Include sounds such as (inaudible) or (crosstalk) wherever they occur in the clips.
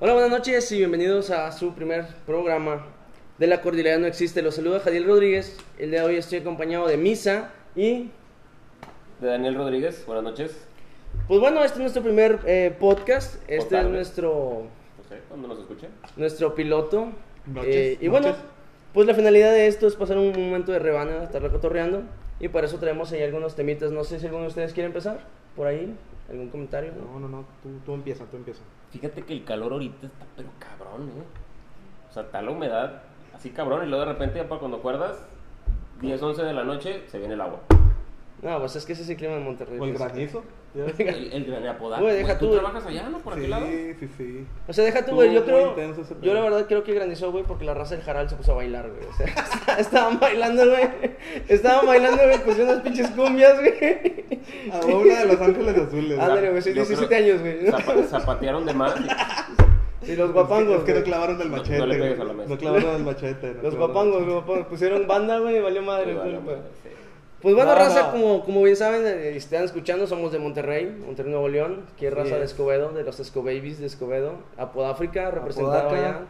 Hola, buenas noches y bienvenidos a su primer programa de La Cordillera No Existe. Los saluda Jadiel Rodríguez. El día de hoy estoy acompañado de Misa y... De Daniel Rodríguez, buenas noches. Pues bueno, este es nuestro primer eh, podcast. Este tarde. es nuestro, No sé, ¿cuándo nos escuche? nuestro piloto. Noches, Eh, y noches. bueno, pues la finalidad de esto es pasar un momento de rebana, estarla cotorreando. Y para eso traemos ahí algunos temitas. No sé si alguno de ustedes quiere empezar por ahí. ¿Algún comentario? No, no, no, tú, tú empieza, tú empieza. Fíjate que el calor ahorita está pero cabrón, ¿eh? O sea, está la humedad así cabrón y luego de repente ya para cuando acuerdas, 10, 11 de la noche, se viene el agua. No, pues es que ese es el clima de Monterrey. O el pues. granizo. ¿ya ves? El, el gran apodaca. Güey, deja Güey, ¿Tú tú, trabajas allá, no? ¿Por aquel lado? Sí, sí, sí. O sea, deja tú, Estuvo güey. Yo muy creo. intenso ese Yo pedo. la verdad creo que granizó, güey, porque la raza del Jaral se puso a bailar, güey. O sea, (laughs) estaban bailando, güey. Estaban bailando, güey, pues unas pinches cumbias, güey. A una de Los Ángeles Azules. Ándale, Es güey, soy Yo 17 creo- años, (laughs) güey. Zapa- zapatearon de más. Y los que- guapangos. Es que no güey. clavaron el No- no machete. le pegues a la güey. mesa. No clavaron el machete. no Los clavaron guapangos, el los guapangos. Pusieron banda, güey, y valió madre. Y güey, vale, güey. madre, sí. Pues bueno, No, raza, no. Como, como bien saben, eh, están escuchando, somos de Monterrey, Monterrey Nuevo León, que es Así raza de es. Escobedo, de los Escobabies de Escobedo, Apodáfrica, representado Apodaca. allá.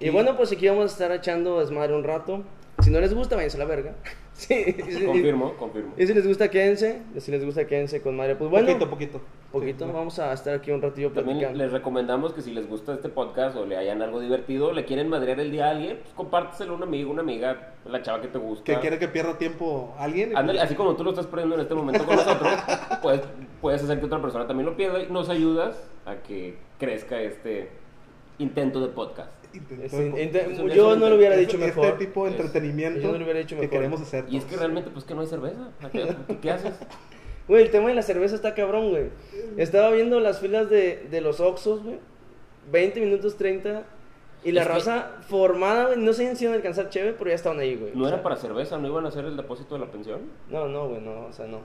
Y Aquí. bueno, pues aquí vamos a estar echando desmadre un rato. Si no les gusta, váyanse a la verga. (laughs) Sí, y si- Confirmo, confirmo. Y, si les gusta, quédense. Y si les gusta, quédense con madre. Pues bueno, Poquito, poquito, poquito. Sí, vamos a estar aquí un ratillo También platicando. les recomendamos que si les gusta este podcast o le hayan algo divertido, le quieren madrear el día a alguien, pues compárteselo a un amigo, una amiga, la chava que te gusta. Que quiere que pierda tiempo alguien. Ándale, así como tú lo estás perdiendo en este momento con nosotros, puedes, puedes hacer que otra persona también lo pierda y nos ayudas a que crezca este intento de podcast. Intentó- Este, inte- Pues, Eso- yo eso- no lo hubiera este- dicho mejor. Este tipo de Es- entretenimiento yo no lo hubiera dicho que mejor. queremos hacer. Y es que realmente, pues que no hay cerveza. ¿Qué, qué haces? Güey, el tema de la cerveza está cabrón, güey. Estaba viendo las filas de, de los Oxos, güey. 20 minutos 30. Y la Es que- raza formada, güey. No sé si iban a alcanzar chévere, pero ya estaban ahí, güey. No O era sea, para cerveza, no iban a hacer el depósito de la pensión. No, no, güey, no, o sea, no.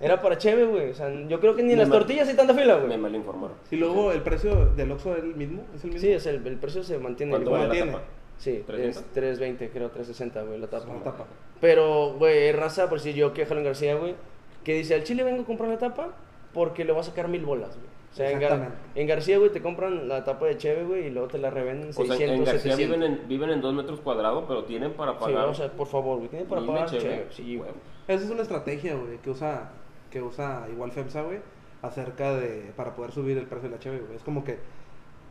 Era para chévere, güey. O sea, yo creo que ni en Me las ma- tortillas hay tanta fila, Me güey. malinformaron. Y luego el precio del Oxxo es el mismo. Es el mismo. Sí, o sea, el, el precio se mantiene ¿Cuánto igual. vale la tiene. tapa? Sí, es 300? 320, creo, 360, güey, la tapa. Es una tapa. Pero, güey, raza, por si yo que Jalón García, güey, que dice, al Chile vengo a comprar la tapa porque le voy a sacar mil bolas, güey. O sea, en, Gar- Exactamente. en García, güey, te compran la tapa de Cheve, güey, y luego te la revenden en O sea, 600, en García 700. viven en, viven en dos metros cuadrados, pero tienen para Sí, pagar. o sea, por favor, güey, tiene para mil de pagar cheve. Cheve. Sí, güey. Huevo. Esa es una estrategia, güey, que usa, que usa igual FEMSA, güey, acerca de, para poder subir el precio de la cheve, güey. Es como que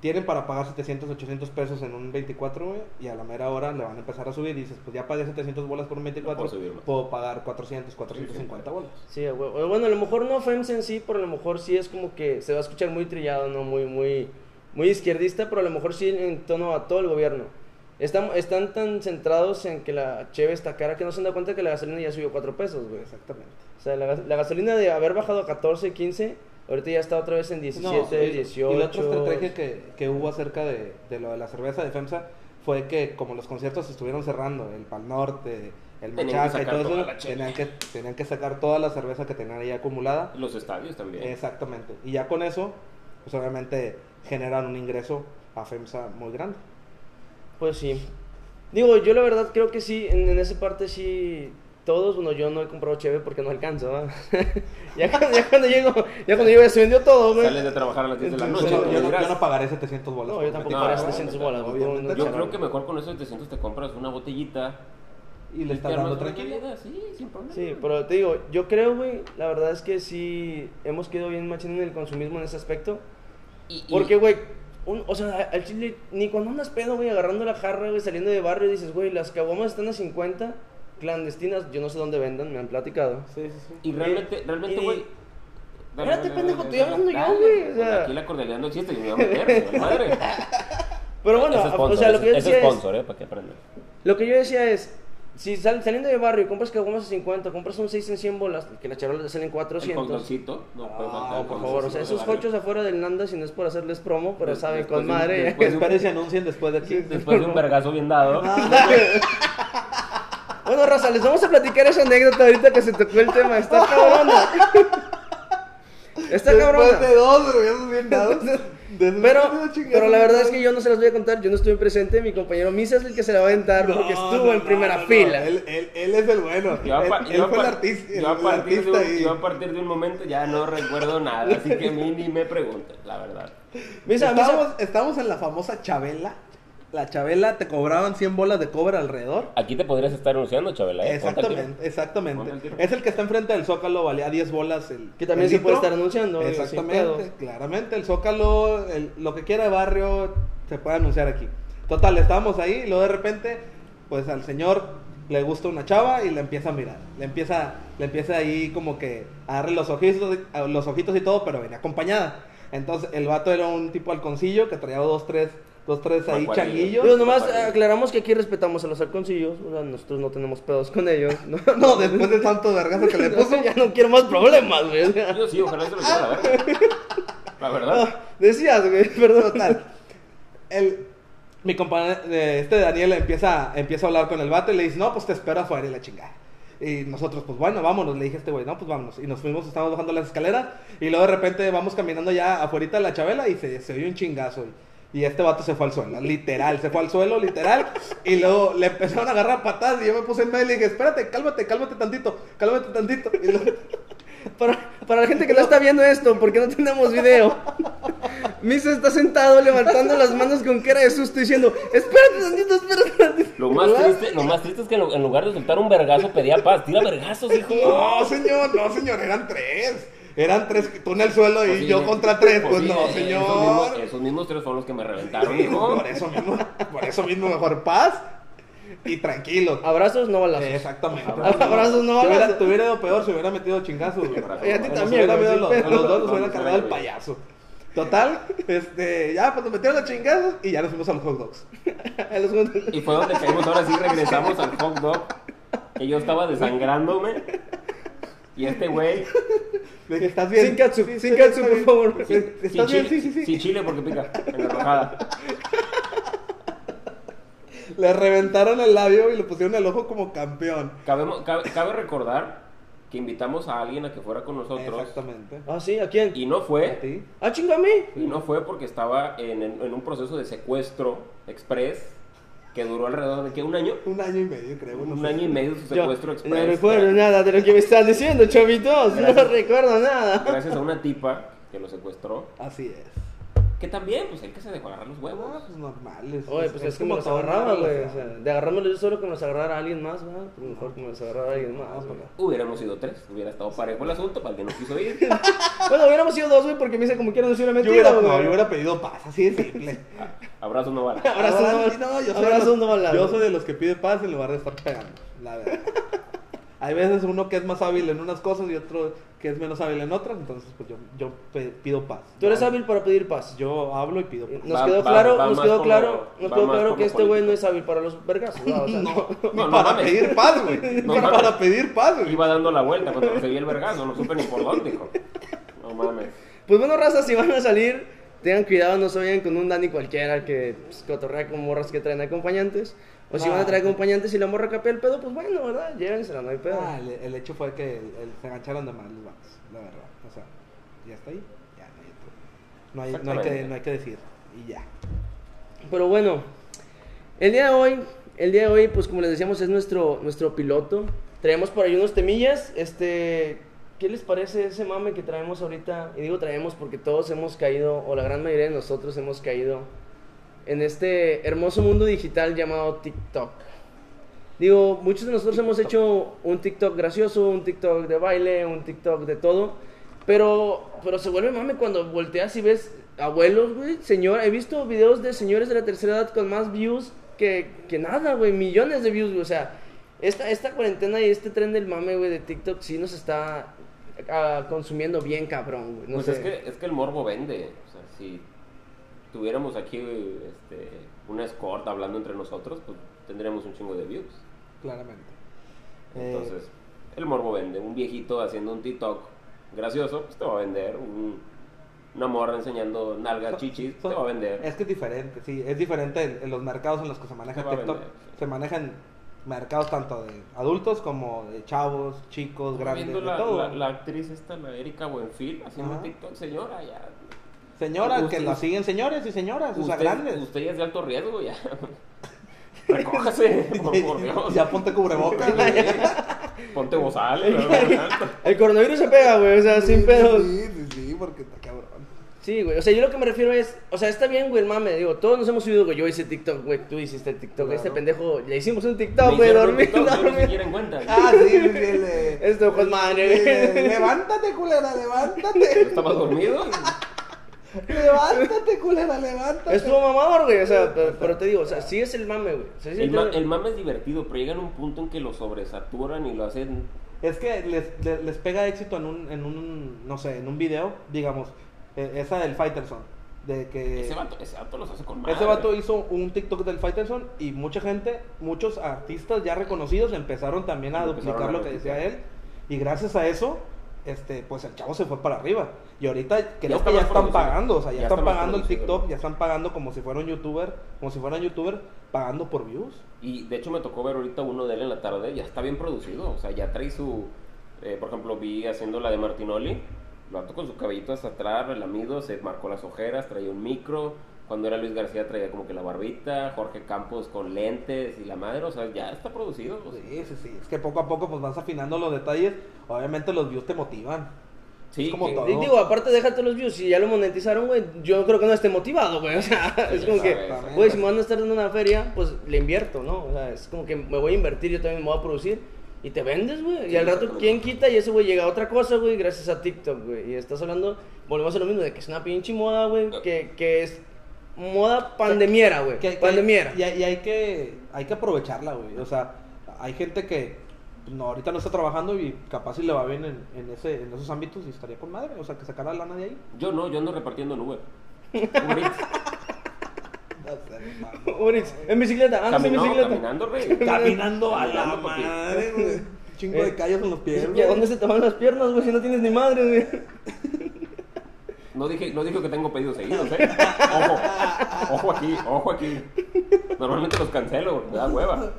tienen para pagar 700, 800 pesos en un 24, güey, y a la mera hora le van a empezar a subir y dices, pues ya pagué 700 bolas por un 24, No puedo subir más. puedo pagar 400, 450 bolas. Sí, güey. O Bueno, a lo mejor no FEMS en sí, pero a lo mejor sí es como que se va a escuchar muy trillado, ¿no? Muy, muy, muy izquierdista, pero a lo mejor sí en tono a todo el gobierno. Están, están tan centrados en que la cheve está cara que no se han dado cuenta que la gasolina ya subió 4 pesos, güey. Exactamente. O sea, la, gas- la gasolina de haber bajado a 14, 15, ahorita ya está otra vez en 17, No, y- 18. Y la otra estrategia que, que hubo acerca de, de lo de la cerveza de FEMSA fue que como los conciertos estuvieron cerrando, el Pal Norte, el Tenían que Machaca y sacar todo toda eso, la cheve. tenían que, tenían que sacar toda la cerveza que tenían ahí acumulada. Los estadios también. Exactamente. Y ya con eso, pues obviamente generan un ingreso a FEMSA muy grande. Pues sí. Digo, yo la verdad creo que sí, en, en esa parte sí. Todos, bueno, yo no he comprado cheve porque no alcanzo, ¿va? (laughs) ya, cuando, ya cuando llego, ya cuando llego ya se vendió todo, güey. Sales de trabajar a las 10 de la Entonces, noche. yo, yo no, gracias. yo no pagaré 700 bolas. No, por yo un tampoco No, paré metido. no, 700 bolas, güey. obviamente. No, no, Yo no. creo que mejor con esos 700 te compras una botellita. Ah, Y le estás te armas dando una tranquilidad. bebida, Sí, sin problema. Sí, pero te digo, yo creo, güey, la verdad es que sí hemos quedado bien machín en el consumismo en ese aspecto. Y- y- Porque, güey, un- o sea, al chile, ni cuando andas pedo, güey, agarrando la jarra, güey, saliendo de barrio, dices, güey, las caguamas están a 50, clandestinas, yo no sé dónde vendan, me han platicado. Sí, sí, sí. Y realmente, realmente, eh, Y- güey. dale, Espérate, dale, pendejo, dale, estoy dale, hablando yo, dale. güey, o sea. Aquí la cordialidad no existe, yo me voy a meter, güey, madre. Pero (laughs) bueno, Es o sea, lo que yo es- decía es es, sponsor, ¿eh? Para que aprendan. lo que yo decía es, si sal- saliendo de barrio y compras caguamas a 50, compras un 6 en 100 bolas, que las charolas te salen El 400. condorcito, no puede Ah, faltar el Por favor, o sea, condorcito esos de barrio. cochos afuera del Nanda, si no es por hacerles promo, pero Des- saben, después con de un- madre. después de un- Esperen si anuncien después de aquí. Después de un vergazo bien dado. (laughs) Ah. Bueno, Raza, les vamos a platicar esa anécdota ahorita que se tocó el tema. Está cabrona. Está Después cabrona. de dos cervezas (laughs) bien dadas. después Pero, de una chingada pero la verdad bien es que yo no se las voy a contar, yo no estuve presente, mi compañero Misa es el que se la va a aventar No, porque estuvo no, en no, primera no, no. fila. Él, él- él es el bueno. Yo a, él pa- él yo a fue el par- artista. yo a el partir de un- artista ahí. yo a partir de un momento ya no recuerdo nada, así que a mí ni me pregunten, la verdad. Misa, estábamos, Misa, estábamos en la famosa Chabela. La Chabela te cobraban 100 bolas de cobre alrededor. Aquí te podrías estar anunciando, Chabela. ¿eh? Ponte al tiro. Exactamente, exactamente. Ponte al tiro. Es el que está enfrente del Zócalo, valía 10 bolas el que también el se puede litro. estar anunciando. digo, sin Exactamente, pedos. claramente. El Zócalo, el- lo que quiera de barrio, se puede anunciar aquí. Total, estábamos ahí y luego de repente, pues al señor le gusta una chava y le empieza a mirar. Le empieza, le empieza ahí como que a darle los ojitos, a los ojitos y todo, pero venía acompañada. Entonces el vato era un tipo halconcillo que traía dos, tres, dos, tres ahí Macuarillo. changuillos. Digo, nomás Papá. aclaramos que aquí respetamos a los arconcillos, o sea, nosotros no tenemos pedos con ellos. No, (laughs) No, después de tanto (laughs) vergazo que le No, puso. ya no quiero más problemas, (laughs) güey. o (laughs) sea. Yo sí, ojalá se lo lleve a la verga. La verdad. Ah, Decías, güey, (laughs) perdón. Total. El, mi compañero, este Daniel empieza, empieza a hablar con el vato y le dice, no, pues te espero afuera y la chingada. Y nosotros, pues bueno, vámonos, le dije a este güey, no, pues vámonos. Y nos fuimos, estábamos bajando las escaleras y luego de repente vamos caminando ya afuera de la chabela y se, se oye un chingazo. Y, y este vato se fue al suelo, literal, se fue al suelo, literal. Y luego le empezaron a agarrar patadas y yo me puse en medio y le dije, espérate, cálmate, cálmate tantito, cálmate tantito. Y luego- Para, para la gente que no está viendo esto, porque no tenemos video. (laughs) Misa está sentado levantando las manos con cara de susto diciendo, espérate tantito, espérate tantito. Lo más, triste, lo más triste es que en lu- en lugar de soltar un vergazo pedía paz. Tira vergazos, hijo. No, señor, no, señor, eran tres. Eran tres, tú en el suelo y Pues sí, yo eh, contra tres. Pues, sí, no, eh, Esos señor. mismos, esos mismos tres fueron los que me reventaron, hijo. (laughs) Por eso mismo, por eso mismo, mejor paz y tranquilo. Abrazos, no balazos. Exactamente. (laughs) Abrazos, no Ah, pues, Si hubiera, abrazos. te hubiera ido peor, se hubiera metido chingazos, güey. (laughs) Y a ti Nos también, hubiera güey, ido sin los- A los pedo. dos nos hubiera Vamos, cargado el güey. payaso. Total, este, ya, pues nos metieron los chingazos y ya nos fuimos a los hot dogs. (laughs) A los juntos. Y fue donde caímos, ahora sí regresamos al hot dog. Que yo estaba desangrándome. Y este güey, Le dije, ¿estás bien? Sin catsup, Sí, sin sí, catsup, está por bien. favor. Sí. sin, ¿Estás bien? chile, Sí, sí, sí. sin chile porque pica, en la rajada. Le reventaron el labio y le pusieron el ojo como campeón. Cabemo- cabe, cabe recordar que invitamos a alguien a que fuera con nosotros. Exactamente. Ah, sí, ¿a quién? Y no ¿A fue. ti? Ah, chingame. Y no fue porque estaba en, en- en un proceso de secuestro express que duró alrededor de ¿qué? un año. Un año y medio, creo. no Un sé. año y medio su Yo secuestro express. no recuerdo nada de lo que me estás diciendo, chavitos. No Gracias. recuerdo nada. Gracias a una tipa que lo secuestró. Así es. Que también, pues el que se dejó agarrar los Ah, huevos. pues normal. Es, Oye, pues es, que me los todo, agarraba, ¿no? güey. O O sea, sea, de agarrármelo yo solo que me los agarrara alguien más, ¿verdad? Pues mejor que me los agarrara alguien más, Ah, güey. Hubiéramos sido tres, hubiera estado parejo el asunto, para el que no quiso ir. Bueno, hubiéramos sido dos, güey, porque me dice como quiera decir una Yo mentira, hubiera, güey. no, yo hubiera pedido paz, así de (laughs) simple. Abrazo no vale. Abrazo Ahora no- sí, no, yo soy, abrazo de los, no balado. yo soy de los que pide paz en lugar de estar pegando, (laughs) la verdad. Hay veces uno que es más hábil en unas cosas y otro que es menos hábil en otras, entonces pues yo, yo pe- pido paz. Tú eres Yo- hábil para pedir paz. Yo hablo y pido paz. Nos Va- quedó va- claro, va nos más quedó como- claro, nos va quedó más claro como que este güey político. no es hábil para los vergazos, ¿no? O sea, no. Ni (laughs) no (laughs) para mames. pedir paz, güey. (laughs) No Ni mames. para pedir paz, güey. Iba dando la vuelta cuando recibí el vergazo, no supe ni por dónde, hijo. No mames. Pues bueno, razas, si van a salir, tengan cuidado, no se vayan con un Dani cualquiera que pues, cotorrea con morras que traen acompañantes. O si Ah. van a traer acompañantes y la morra capea el pedo, pues bueno, ¿verdad? Llévensela, no hay pedo. Ah, el, el hecho fue que el- el- se engancharon de mal los vatos, la verdad. O sea, ya está ahí, ya no hay otro. no hay, no hay, que, Exactamente. no hay que decir, y ya. Pero bueno, el día de hoy, el día de hoy, pues como les decíamos, es nuestro, nuestro piloto. Traemos por ahí unos temillas. Este, ¿qué les parece ese mame que traemos ahorita? Y digo traemos porque todos hemos caído, o la gran mayoría de nosotros hemos caído, en este hermoso mundo digital llamado TikTok. Digo, muchos de nosotros hemos hecho un TikTok gracioso, un TikTok de baile, un TikTok de todo. Pero, pero se vuelve mame cuando volteas y ves abuelos, güey. Señor, he visto videos de señores de la tercera edad con más views que, que nada, güey. Millones de views, güey. O sea, esta, esta cuarentena y este tren del mame, güey, de TikTok sí nos está ah, consumiendo bien, cabrón, güey. No pues sé. es que, es que el morbo vende. O sea, si tuviéramos aquí este, una escorta hablando entre nosotros, pues tendríamos un chingo de views. Claramente. Eh, Entonces, el morbo vende. Un viejito haciendo un TikTok gracioso, pues te va a vender. Un, una morra enseñando nalgas, son- chichis, son- te va a vender. Es que es diferente, sí, es diferente en, en los mercados en los que se maneja Te va a TikTok. vender, sí. Se manejan mercados tanto de adultos como de chavos, chicos, grandes, Viendo de la, todo. la- la actriz esta, la Erika Buenfil, haciendo Ajá. TikTok, señora, ya. Señoras que Usted- la siguen señores y señoras, o sea, usted, grandes. usted ya es de alto riesgo, (laughs) ya. Recójase, por, por Dios. Ya (laughs) ponte (laughs) cubrebocas, güey. Ponte bozal, pero El coronavirus se pega, güey, o sea, sin pedos. Sí, sí, sí, porque está cabrón. Sí, güey. O sea, yo lo que me refiero es. O sea, está bien, güey, el mame. Digo, todos nos hemos subido, güey. Yo hice TikTok, güey. Tú hiciste TikTok. Claro. Este pendejo. Le hicimos un Me TikTok, güey. hicieron Dormí, TikTok, no dormí. me siquiera en cuenta. pues, Ah, sí, sí, sí. le- Esto, pues, madre. le- Levántate, culera, Yo levántate. estaba dormido. Levántate, culera, levántate. Estuvo mamador, güey. O sea, pero, pero te digo, o sea, sí es el mame, güey. O sea, sí El, ma- entiendo- el mame es divertido, pero llegan a un punto en que lo sobresaturan y lo hacen. Es que les, les, les pega éxito en un, en un, no sé, en un video, digamos, eh, esa del Fighterson, de que... Ese vato, ese vato los hace con madre. Ese vato hizo un TikTok del Fighterson y mucha gente, muchos artistas ya reconocidos empezaron también a Empezaron duplicar a lo que replicar. decía él. Y gracias a eso, este, pues el chavo se fue para arriba. Y ahorita creo está que ya más están producido. pagando, o sea, ya, Ya están está más pagando el producido. TikTok, ya están pagando como si fuera un youtuber, como si fueran youtuber, pagando por views. Y de hecho me tocó ver ahorita uno de él en la tarde, ya está bien producido, o sea, ya trae su... eh, por ejemplo, vi haciendo la de Martinoli, lo ató con su cabellito hasta atrás, relamido, se marcó las ojeras, traía un micro, cuando era Luis García traía como que la barbita, Jorge Campos con lentes y la madre, o sea, ya está producido. o sea, Sí, sí, sí. Es que poco a poco pues vas afinando los detalles. Obviamente los views te motivan. sí, es como que- todo. Y digo, aparte déjate los views, si ya lo monetizaron, güey, yo creo que no esté motivado, güey. O sea, (laughs) es como que, Exactamente. güey, si me van a estar dando una feria, pues le invierto, ¿no? O sea, es como que me voy a invertir, yo también me voy a producir y te vendes, güey. Y Sí, al rato, exactamente. ¿quién quita? Y ese güey llega a otra cosa, güey, gracias a TikTok, güey. Y estás hablando, volvemos a lo mismo, de que es una pinche moda, güey, que, que es moda pandemiera, güey. Que- que- Pandemiera. (laughs) Y, hay- y hay que hay que aprovecharla, güey. O sea, hay gente que pues, no, ahorita no está trabajando y capaz si le va bien en, en ese, en esos ámbitos y estaría con madre. O sea, que sacara lana de ahí. Yo no, yo ando repartiendo en Uber. Uber Eats. Uritz, en bicicleta, antes en Caminó, Ah, bicicleta. caminando, rey. Caminando a la Caminando, papi. madre, güey. Chingo de callos en los pies, ¿Y a güey. dónde se te van las piernas, güey? Si no tienes ni madre, (laughs) güey. No dije, no dije que tengo pedidos seguidos, ¿eh? Ojo, ojo aquí, ojo aquí. Normalmente los cancelo, me da hueva.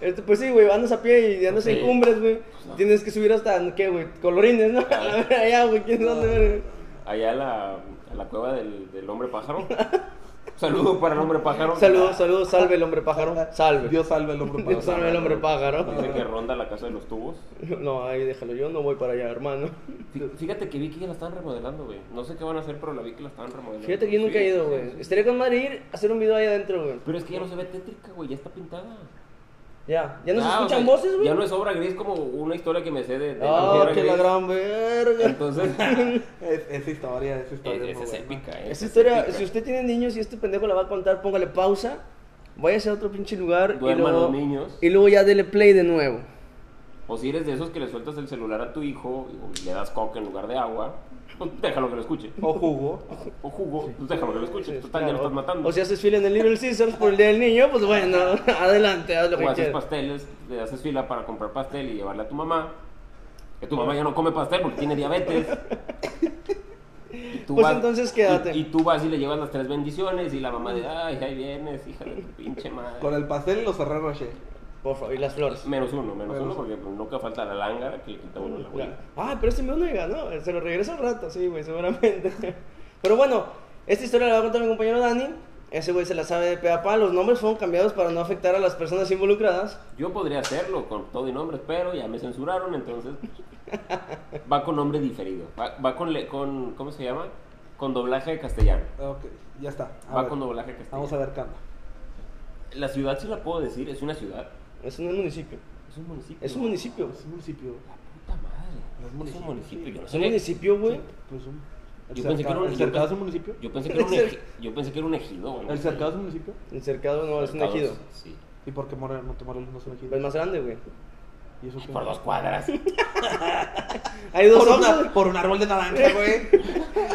Este, pues sí, güey, andas a pie y andas Sí. Pues en cumbres, güey. no. Tienes que subir hasta, ¿qué, güey? Colorines, ¿no? Ah. A ver, (laughs) allá, güey, ¿quién No. dónde, güey? Allá a la, a la cueva del, del hombre pájaro. Saludo para el hombre pájaro. Saludos, saludos, salve el hombre pájaro. Salve. Dios salve al hombre (laughs) Dios salve el hombre pájaro. Dice que ronda la casa de los tubos. (laughs) No, ahí déjalo, yo no voy para allá, hermano. Fí- Fíjate que vi que ya la estaban remodelando, güey. No sé qué van a hacer, pero la vi que la estaban remodelando. Fíjate que yo nunca he Sí. ido, güey. Estaría con madre ir a hacer un video ahí adentro, güey. Pero es que ya no se ve tétrica, güey. Ya está pintada. Ya, ya no se Ya, o escuchan sea, voces, güey. Ah, Ya no es obra gris como una historia que me sé de. de Ah, obra que la gris. gran verga. (laughs) Entonces, Es, esa historia, esa historia. esa muy es buena. épica, ¿eh? Esa historia, épica. si usted tiene niños y este pendejo la va a contar, póngale pausa. Váyase a otro pinche lugar y Duerman los luego, niños. y luego ya dele play de nuevo. O si eres de esos que le sueltas el celular a tu hijo y le das coca en lugar de agua, (laughs) pues déjalo que lo escuche. O jugo. O jugo, pues déjalo que lo escuche. Total, ya lo estás matando. O si haces fila en el Little Caesars por el día del niño, pues bueno, (laughs) adelante, haz lo O que haces quieras. pasteles, le haces fila para comprar pastel y llevarle a tu mamá. Que tu mamá ya no come pastel porque tiene diabetes. (laughs) Y tú Pues entonces quédate. Y, y tú vas y le llevas las tres bendiciones y la mamá de, ay, ahí vienes, hija de tu pinche madre. Con el pastel y los Ferrero Rocher. Por favor, y las flores. Menos uno, menos, Menos uno, porque pues, nunca falta la lángara que le quita uno la abuela. Ah, pero este me no llega, ¿no? Se lo regresa al rato, sí, güey, seguramente. (laughs) Pero bueno, esta historia la va a contar mi compañero Dani. Ese güey se la sabe de pe a pa. Los nombres fueron cambiados para no afectar a las personas involucradas. Yo podría hacerlo con todo y nombres, pero ya me censuraron, entonces va con nombre diferido. Va, va con, le- con, ¿cómo se llama? Con doblaje de castellano. Ok, ya está. A va ver, con doblaje de castellano. Vamos a ver, Canda. La ciudad, si la puedo decir, es una ciudad. Es un municipio. Es un municipio. Es un municipio. Es un municipio. Puta madre. No es Es un municipio, municipio. sí. Yo, Es no un sabía- municipio, güey. Pues un... El Yo pensé que era cercado- un- ¿El yo cercado pensé- es un municipio? yo pensé que (laughs) era un eji- yo pensé que era un ejido. güey. ¿El cercado es un municipio? El cercado no, es un Cercados, ejido. Sí. ¿Y por qué Morelos, Montemorelos no es un ejido? Es más grande, güey. ¿Y eso qué? Por dos cuadras. Hay dos Por ojos, una- por un árbol de (laughs) naranja, güey.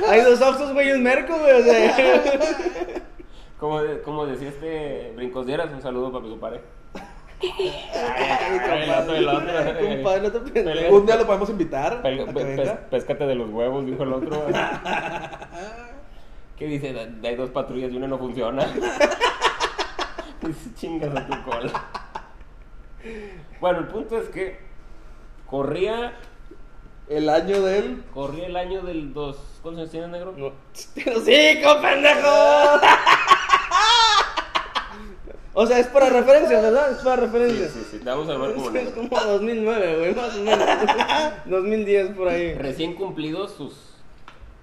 Hay dos Oxxos, güey, y un Merco, güey. O sea, (laughs) Como, de- como decía este Brincosdieras, un saludo para mi (laughs) compadre. el otro, el otro. (laughs) compadre, no te pendejo. Un día lo podemos invitar Pel- a que pe- venga. pes- Péscate de los huevos, dijo el (laughs) otro. ¿Qué dice? "Da- (laughs) Hay dos patrullas y una no funciona. Dice, chingas a tu cola. Bueno, el punto es que corría, El año del. corría el año del 2. ¿Cuántos años tienes, negro? No. (laughs) ¡Hocico, pendejo! (laughs) o sea, es para referencias, ¿verdad? Es para Sí, referencias. sí, sí, te vamos a llamar como Es negro. como 2009, güey, más o menos. (laughs) 2010 por ahí. Recién cumplidos sus,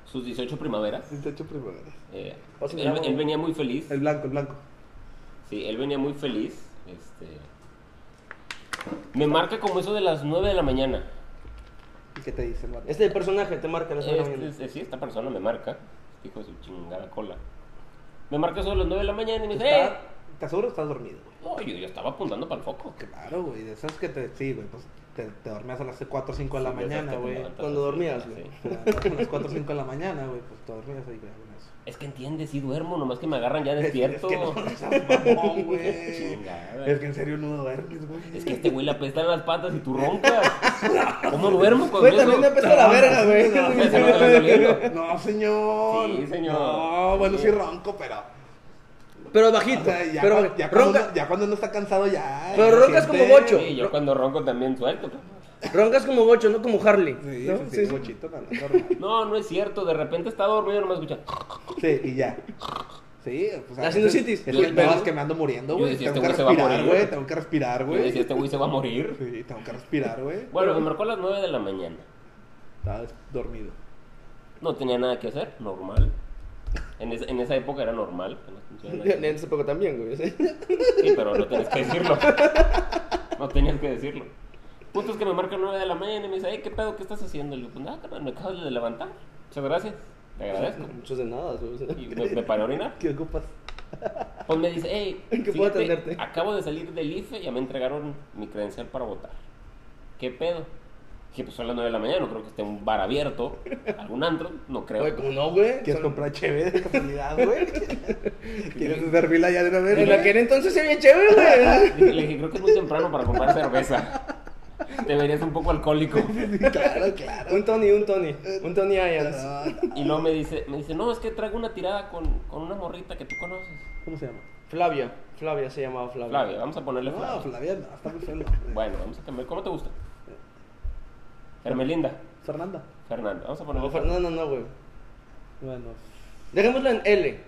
sus 18 primaveras. El techo primavera. eh, Pásame él, algo. él venía muy feliz. El blanco, el blanco. Sí, él venía muy feliz. Este, me marca como eso de las 9 de la mañana. pues, ¿Y qué te dice el vato? Este personaje te marca la semana Este, este- sí, esta persona me marca. este Hijo de su chingada cola. Me marca eso de las 9 de la mañana y me dice, ¡eh! Está- Te aseguro que estás dormido, güey. No, yo, yo estaba apuntando para el foco. Claro, güey. De esas que te. Sí, güey. Pues te, te dormías a las 4 o 5 de la Sí, o sea, mañana, te güey. levantas cuando así, dormías, así. güey. Te levantabas A las 4 o 5 de la mañana, güey. Pues te dormías ahí, güey. con eso. Es que entiendes, sí duermo, nomás que me agarran ya Es- despierto. Es que no seas mamón, (laughs) güey. Chingada. Es que en serio no duermes, güey. Es que a este güey le apestan las patas y tú roncas. ¿Cómo duermo con Güey, eso? también me Pues apesta la verga, (laughs) güey. No, (laughs) Ya se me está doliendo. No, señor. Sí, señor. No, bueno, Sí. sí ronco, pero. Pero O bajito. sea, ya, pero cuando, ya, cuando ronca, uno, ya cuando uno está cansado, ya. Pero ya roncas como siente- bocho. Sí, yo cuando ronco también suelto. roncas como bocho, no como Harley. Sí, ¿no? sí, sí, Sí, sí. bochito, no, no, normal. No, no es cierto. De repente está dormido y nomás escucha. Sí, y ya. Sí, pues a La veces- sinusitis. Es Yo- que me vas yo- que me ando muriendo, yo güey. decía, Tengo este güey que se va a respirar, morir. güey. Tengo que respirar, Yo decía, güey. este güey se va a morir. Sí, tengo que respirar, güey. Bueno, me marcó a las 9 de la mañana. Estaba dormido. No tenía nada que hacer, normal. En, es- en esa época era normal. que no tuviera nada que (laughs) (laughs) En ese poco también, güey. sí. Sí, pero no tenías que decirlo. No tenías que decirlo. Punto es que me marcan 9 de la mañana y me dice, "Ey, ¿qué pedo? ¿Qué estás haciendo? Le digo, pues nada, carnal, me acabo de levantar. Muchas gracias. Te agradezco. Muchos de nada, güey. Y me, me paré a orinar. ¿Qué ocupas? Pues me dice, hey, (laughs) ¿En qué puedo atenderte? acabo de salir del IFE, ya me entregaron mi credencial para votar. ¿Qué pedo? Que pues son las 9 de la mañana, no creo que esté un bar abierto, algún antro, no creo. Güey, como no, güey. ¿Quieres Son- comprar chévere de casualidad, güey? ¿Quieres hacer fila ya de una vez? En güey? aquel entonces se veía chévere, (laughs) güey. (laughs) Le dije, creo que es muy temprano para comprar cerveza. Te verías un poco alcohólico. Sí, claro, claro. Un Tony, un Tony. Un Tony Ayas. No. Y luego me dice, me dice, no, es que traigo una tirada con, con una morrita que tú conoces. ¿Cómo se llama? Flavia. Flavia se llamaba Flavia. Flavia, vamos a ponerle No, Ah, Flavia. Flavia no, está muy feo. el nombre. Bueno, vamos a cambiar. ¿Cómo te gusta? Hermelinda. Fernanda. Fernanda, vamos a No, ponerle Fer- Fernanda. no, no, no, güey. Bueno. Dejémosla en L.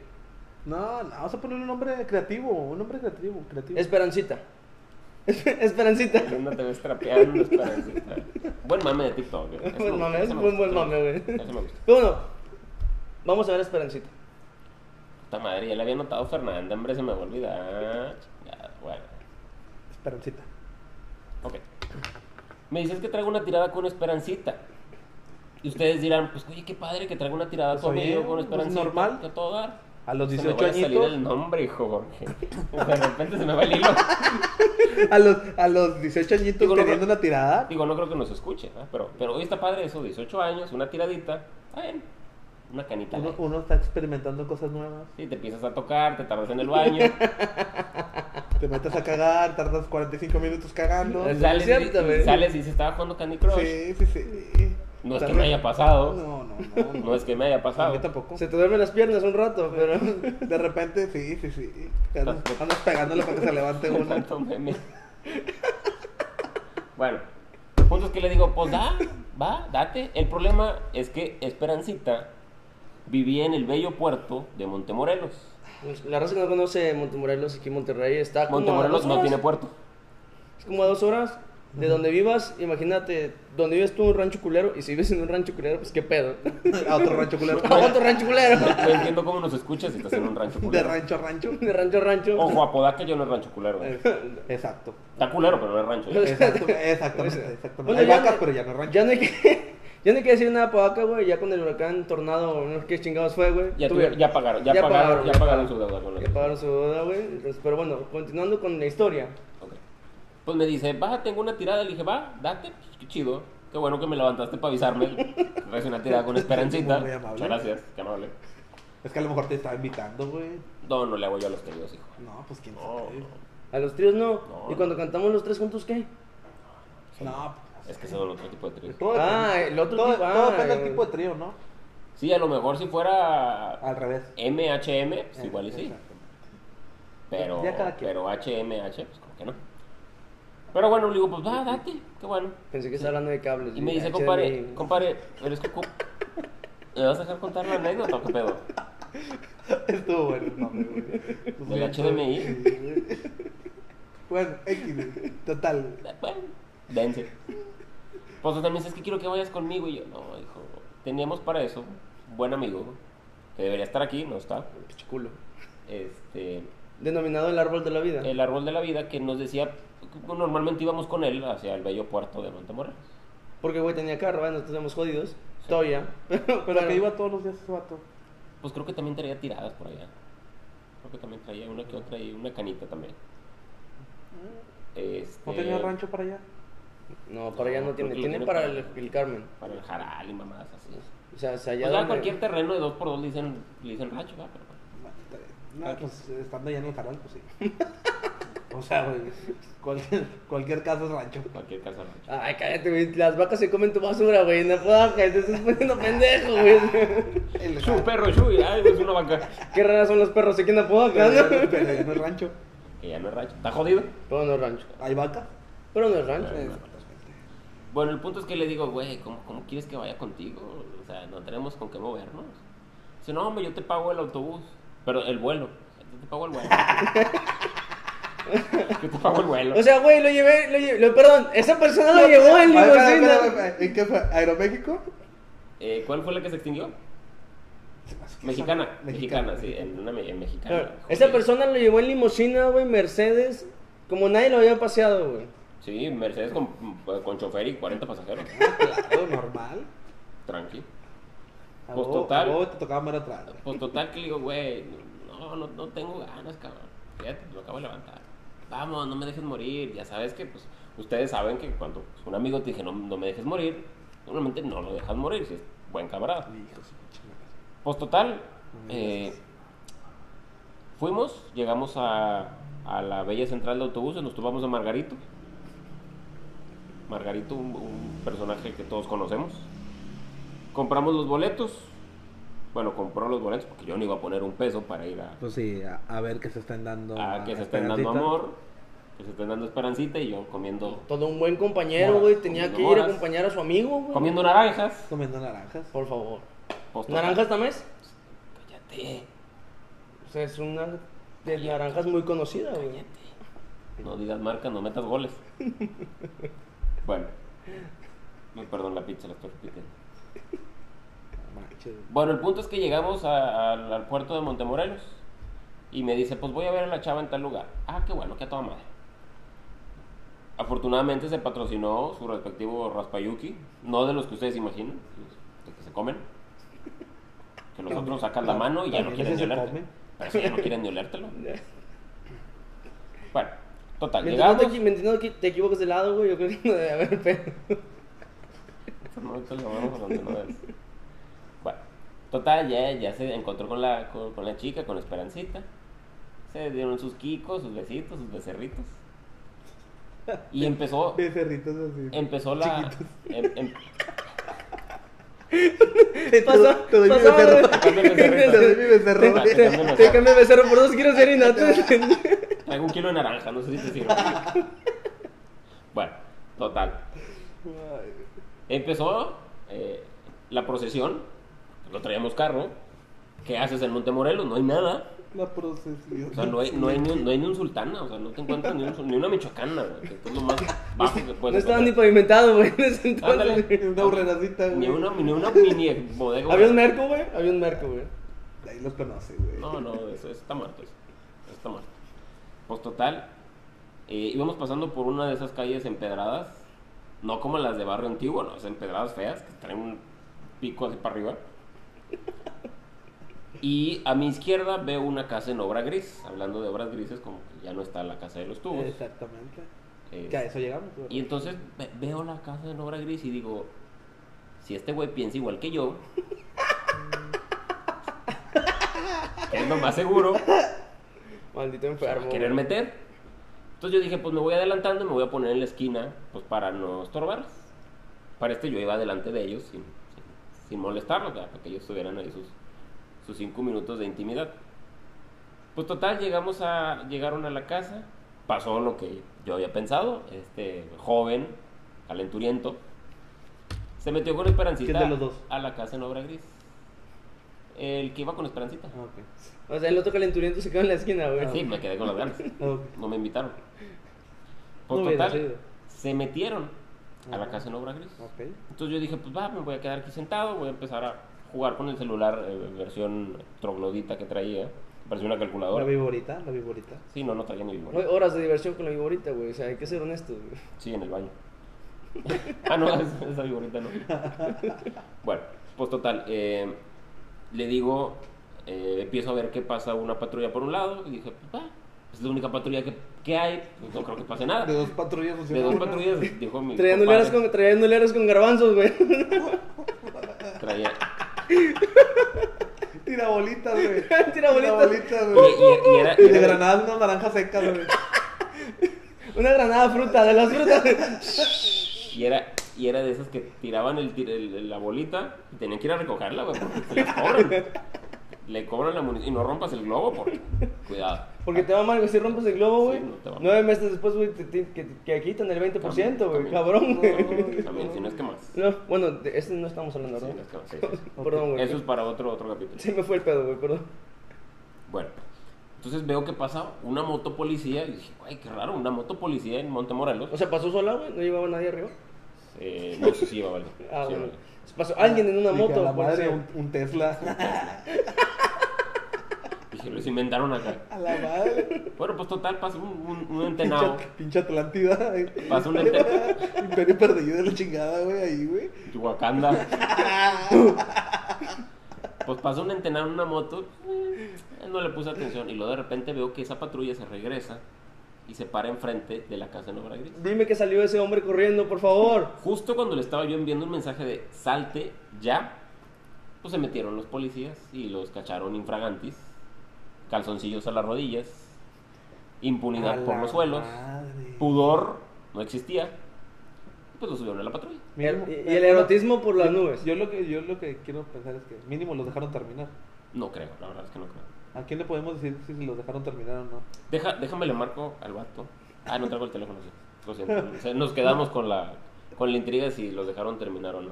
No, no, vamos a poner un nombre creativo, un nombre creativo, creativo. Esperancita. (laughs) Esperancita. Fernanda te ves trapeando, esperancita. "Ah, Buen mame de TikTok. güey. Ese Buen me gusta, mame, ese me buen- gusta, buen ese me mame, gusta. güey. Ese me gusta. Pero bueno, vamos a ver Esperancita. Puta madre, ya le había notado Fernanda, hombre, se me va a olvidar. Ya, bueno. Esperancita. Ok. Me dices que traigo una tirada con Esperancita. Y ustedes dirán, pues oye, qué padre que traigo una tirada Pues, conmigo, oye, con pues, Esperancita. normal. que a todo dar. A los Se me 18 va a salir añitos. el nombre, hijo, Jorge. De repente se me va el hilo. A los, a los 18 añitos Digo, no, teniendo no. una tirada. Digo, no creo que nos escuche, ¿verdad? pero, pero hoy está padre eso, 18 años, una tiradita. Está bien. Una canita. Uno, light. uno está experimentando cosas nuevas. Sí, te empiezas a tocar, te tardas en el baño, Te metes a cagar, tardas 45 minutos cagando. Es- sales, cierto, y, güey. sales y dices, estaba jugando Candy Crush. Sí, sí, sí. No es que Tardas- me haya pasado, (laughs) no, No, no, no. No, es que me haya A pasado. mí tampoco. Se te duermen las piernas un rato, pero. (laughs) De repente, sí, sí, sí. Andas, andas pegándole para que se levante Con uno. (laughs) tanto meme. bueno, el punto es que le digo, pues da, va, date. El problema es que Esperancita vivía en el bello puerto de Montemorelos. La raza que no conoce Montemorelos aquí en Monterrey está como. Montemorelos a dos no horas. tiene puerto. Es como a dos horas de donde vivas. Imagínate, donde vives tú un rancho culero. Y si vives en un rancho culero, pues qué pedo. (laughs) A otro rancho culero. A otro rancho culero. (laughs) No, no entiendo cómo nos escuchas si estás en un rancho (laughs) De culero. rancho Eh. a rancho. De rancho a rancho. Ojo, Apodaca yo no es rancho culero. güey. Exacto. Está culero, pero no es rancho. ya. Exacto, exactamente, exactamente. Bueno, Hay ya vacas, no- pero ya no es rancho. Ya no hay que. (laughs) Ya no hay que decir nada para acá, güey. Ya con el huracán, tornado, no sé qué chingados fue, güey. Ya, Tuvieron- tuvieron- ya pagaron, ya, Ya pagaron, pagaron, ya ya pagaron pagaron. su deuda con la Ya pagaron su boda, güey. Entonces, Pero bueno, continuando con la historia. Ok. Pues me dice, va, tengo una tirada. Le dije, va, date. Pues, qué chido. Qué bueno que me levantaste para (laughs) avisarme. Traes una tirada con esperancita. Muy amable. Muchas gracias, qué amable. Es que a lo mejor te estaba invitando, güey. No, no le hago yo a los tríos, hijo. No, pues quién No, sabe. A los tríos no. No. ¿Y cuando cantamos los tres juntos qué? No, pues, es que son otro tipo de tríos. todo Ah, depende- el otro todo, tipo- todo ah, depende el- del tipo de trío, ¿no? Sí, a lo mejor si fuera Al revés. MHM, pues igual y sí. Eh, Exacto. (laughs) Pero, Ya cada quien. pero HMH, pues como que no. Pero bueno, le digo, pues va, date, qué bueno. Pensé que estaba hablando de cables. Ah, Y me dice, compadre, compadre, compadre, eres cucú. ¿Me vas a dejar contar la anécdota o qué pedo? Estuvo bueno, no, güey. (laughs) Del HDMI. Sí, güey. Bueno, Pues, X, güey. total. Bueno, dense. Pues también dices que quiero que vayas conmigo. Y yo, no, hijo, teníamos para eso un buen amigo que debería estar aquí, no está. culo. Este, Denominado el árbol de la vida. el árbol de la vida que nos decía, normalmente íbamos con él hacia el bello puerto de Montemorelos. Porque, güey, tenía carro, bueno, nosotros éramos jodidos. Todavía. (laughs) Pero, Pero que iba todos los días ese vato. Pues creo que también traía tiradas por allá. Creo que también traía una que otra y una canita también. Este, ¿No tenía rancho para allá? No, para allá no No, creo tiene. que lo Tiene tiene para para- el, el Carmen. Para el jaral y mamadas así. O sea, se Pues allá ya donde- cualquier terreno de 2x2 le dicen, le dicen rancho, ¿verdad? Pero bueno. No, pues estando allá en el canal, pues sí. (laughs) O sea, güey, cualquier, cualquier caso es rancho. Cualquier casa rancho. Ay, cállate, güey. Las vacas se comen tu basura, güey. No jodas, te estás poniendo pendejo, güey. El Su perro, Shui, ay, es una vaca. Qué raras son los perros aquí en Apodaca, Pero ¿no? ya no- pero ya no es pues, rancho. Que ya no es rancho. Está jodido. Pero no es rancho. ¿Hay vaca? Pero no es rancho. Eh, Bueno, el punto es que le digo, güey, ¿cómo, cómo quieres que vaya contigo? O sea, no tenemos con qué movernos. Dice, no, hombre, yo te pago el autobús. Pero el vuelo. Yo te pago (laughs) el vuelo. yo te pago el vuelo. O sea, güey, lo llevé, lo llevé, lo- perdón, esa persona Ah, lo llevó en A ver, espera, limosina. espera, espera, eh, ¿En qué fue? ¿Aeroméxico? Eh, ¿Cuál fue la que se extinguió? Mexicana. Mexicana, sí. En una me- en mexicana. Pero Joder. Esa persona lo llevó en limosina, güey, Mercedes, como nadie lo había paseado, güey. Sí, Mercedes con, con chofer y 40 pasajeros. Claro, normal. Tranqui. A Pues, vos- total. a vos te tocaba ver atrás. güey. Pues total que le digo, güey, no, no, no tengo ganas, cabrón. Fíjate, me acabo de levantar. Vamos, no me dejes morir. Ya sabes que, pues, ustedes saben que cuando pues, un amigo te dice, no, no me dejes morir, normalmente no lo dejas morir, si es buen camarada. Hijo de su pinche madre. Pues total, No me eh, digas. fuimos, llegamos a, a la bella central de autobuses, nos tomamos a Margarito. Margarito, un, un personaje que todos conocemos. Compramos los boletos. Bueno, compró los boletos porque yo no iba a poner un peso para ir a, Pues sí, a, a ver que se están dando. a que Ah, se estén dando Esperancita. amor, que se estén dando esperancita y yo comiendo, Todo un buen compañero, Moras, güey, tenía comiendo que ir a moras. acompañar a su amigo, güey. comiendo naranjas. Comiendo naranjas. Por favor. Pues, total, ¿Naranjas también? Cállate, O sea, es una de naranjas muy conocida, güey. no digas marca, no metas goles. bueno, no, perdón, la pizza la estoy repitiendo. Manches. Bueno, el punto es que llegamos a- al- al puerto de Montemorelos y me dice, pues voy a ver a la chava en tal lugar. Ah, qué bueno, que a toda madre. Afortunadamente se patrocinó su respectivo raspayuki, no de los que ustedes imaginan, de que se comen. Que los otros sacan la mano y ya no También quieren ese ni se olértelo. come. Pero eso ya no quieren ni (laughs) olértelo. Bueno, total, Mientras no llegamos. te, equi- mientras no te equi- te equivoques de lado, güey, yo creo que no debe haber pedo. No, ahorita lo vamos a contar, no es. Bueno, total, ya, ya se encontró con la, con, con la chica, con Esperancita. Se dieron sus quicos, sus besitos, sus becerritos. Y empezó, Becerritos así. empezó la... em- em- Pasó, (laughs) Te doy mi pasó, becerro. güey. Te doy mi becerro. Te- (laughs) Te doy mi becerro. Te, te- te cambié el becerro por dos kilos de harina. tú- traigo un kilo de naranja, no sé si te sirve. Bueno, total. Empezó eh, la procesión, no traíamos carro. ¿Qué haces en Montemorelos? No hay nada. La procesión. O sea, no hay, no hay, ni, un, no hay ni un sultana, o sea, no te encuentras ni, un sul- ni una michoacana, güey, que es lo más bajo que No puedes estaba ni encontrar. pavimentado, güey, en ese entonces. Ándale. Ni una urreracita, güey. Ni una, ni una mini bodega. güey. Había un merco, güey. Había un merco, güey. Ahí los conoce, güey. No, no, eso, eso está muerto, eso, eso está muerto. Pues total, eh, íbamos pasando por una de esas calles empedradas, no como las de barrio antiguo, no, esas empedradas feas, que traen un pico así para arriba. Y a mi izquierda veo una casa en obra gris, hablando de obras grises, como que ya no está la casa de los tubos. Exactamente. Eh, Que a eso llegamos, güey. Y entonces ve- veo la casa en obra gris y digo, si este güey piensa igual que yo, (laughs) que es lo más seguro, Maldito se va enfermo. Pues, a querer güey. meter. Entonces yo dije, pues me voy adelantando, me voy a poner en la esquina, pues para no estorbar. Para este yo iba delante de ellos sin, sin- sin molestarlos, ¿verdad? para que ellos tuvieran ahí sus, sus cinco minutos de intimidad. Pues total, llegamos a, llegaron a la casa, pasó lo que yo había pensado. Este joven, calenturiento, se metió con Esperancita ¿Quién de los dos? a la casa en obra gris. El que iba con Esperancita. Ah, ok. O sea, el otro calenturiento se quedó en la esquina, güey. Sí, me quedé con las ganas. Ah, ok. No me invitaron. No Pues hubiera sido. total, se metieron a la Ajá. casa en obra gris. Ok. Entonces yo dije, pues va, me voy a quedar aquí sentado, voy a empezar a jugar con el celular eh, versión troglodita que traía. Parecía una La calculadora. viborita, la viborita. Sí, no, no traía No ni hay viborita. horas de diversión con la viborita, güey. O sea, hay que ser honestos, güey. oh. Sí, en el baño. (laughs) ah, no, esa, esa viborita (laughs) no. bueno, pues total, eh, le digo, eh, empiezo a ver que pasa una patrulla por un lado y dije, pues va, es la única patrulla que, que hay, pues, no creo que pase nada. De dos patrullas De funcionaba dos una. patrullas, dijo mi Traían compadre, nuleras con, traían nuleras con garbanzos, güey. (laughs) traía- (laughs) Tira bolitas, güey. (laughs) Tira bolitas. y- güey. y- y era- Y de era- granadas unas naranjas secas, güey. Una granada fruta, de las frutas. (laughs) Y era, y era de esas que tiraban el, tir- el- la bolita y tenían que ir a recogerla, güey, porque te las cobran. Le cobran la munición y no rompas el globo, porque. Cuidado. Porque te va mal, güey. Si rompes el globo, Sí, güey. no te va mal. nueve meses después, güey, te- te- que, que quitan el 20%, güey. También. Cabrón, güey. También, si no es que más. Sí, No, bueno, de este no estamos hablando, no ¿no? es que más, sí, sí, sí. Perdón, güey. Eso es para otro, otro (laughs) capítulo. Se me fue el pedo, güey, perdón. Bueno, entonces veo que pasa una moto policía y dije, ay, qué raro, una moto policía en Montemorelos. O sea, pasó sola, güey. No llevaba nadie arriba. Eh, no sé si iba, vale. Ah, Sí, bueno. vale. Pasó alguien en una Dije, moto. a la por madre, decir. un, un Tesla. (laughs) Dije, los inventaron acá. A la madre. Bueno, pues total, pasa un, un, (laughs) un Pinche, entenado. pinche Atlántida. güey. Pasa un (laughs) entenado. Imperio perdido de la chingada, güey, ahí, güey. (laughs) Wakanda. Pues pasó un entenado en una moto, eh, no le puse atención y luego de repente veo que esa patrulla se regresa y se para enfrente de la casa de Obra Gris. Dime que salió ese hombre corriendo, por (laughs) favor. Justo cuando le estaba yo enviando un mensaje de salte ya, pues se metieron los policías y los cacharon infragantis, calzoncillos a las rodillas, impunidad A por la los suelos, madre. pudor no existía, y pues lo subieron a la patrulla. Y el- Mínimo- y el erotismo por las nubes. Yo lo, que, yo lo que quiero pensar es que mínimo los dejaron terminar. No creo, la verdad es que no creo. ¿A quién le podemos decir si los dejaron terminar o no? Deja, déjame le marco al vato. Ah, no traigo el teléfono, sí. Lo siento. O sea, Nos quedamos con la, con la intriga si los dejaron terminar o no.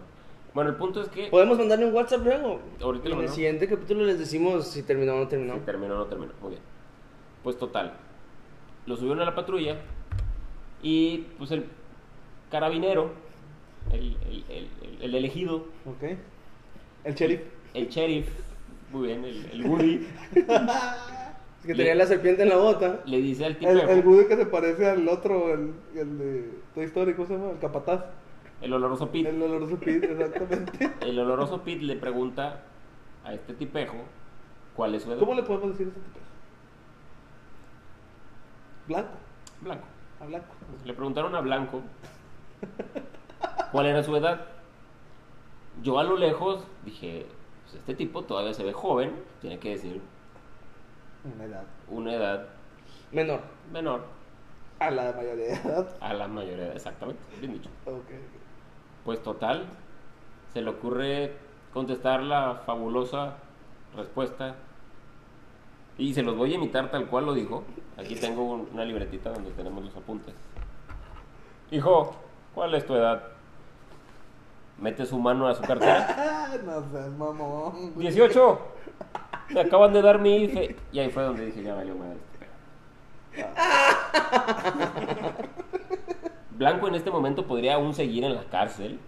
Bueno, el punto es que Podemos mandarle un WhatsApp luego. Ahorita en lo el mandamos. siguiente capítulo les decimos si terminó o no terminó. si terminó o no terminó. Muy bien. Pues total. Lo subieron a la patrulla y pues el carabinero, el, el- el- el- el elegido, ¿Ok? El sheriff. el sheriff, muy bien, el, el Woody, Es que tenía la serpiente en la bota. le dice al tipo, El, el Woody que se parece al otro, el, el de Toy Story, ¿cómo se llama? El capataz. el oloroso Pete, El oloroso Pete, exactamente. el oloroso Pete le pregunta a este tipejo cuál es su edad. (laughs) ¿Cómo le podemos decir a ese tipo? Blanco, Blanco. a blanco. Le preguntaron a Blanco cuál era su edad. Yo a lo lejos dije, pues este tipo todavía se ve joven, tiene que decir Una edad. una edad Menor. menor A la mayoría de edad. a la mayoría, de- exactamente, bien dicho. Ok. Pues total, se le ocurre contestar la fabulosa respuesta y se los voy a imitar tal cual lo dijo. Aquí tengo un- una libretita donde tenemos los apuntes. Hijo, ¿cuál es tu edad? Mete su mano a su cartera. Ah, no seas mamón. güey. 18. Me acaban de dar mi E. IFE. Y ahí fue donde dije, ya valió madre. este pedo. Blanco en este momento podría aún seguir en la cárcel.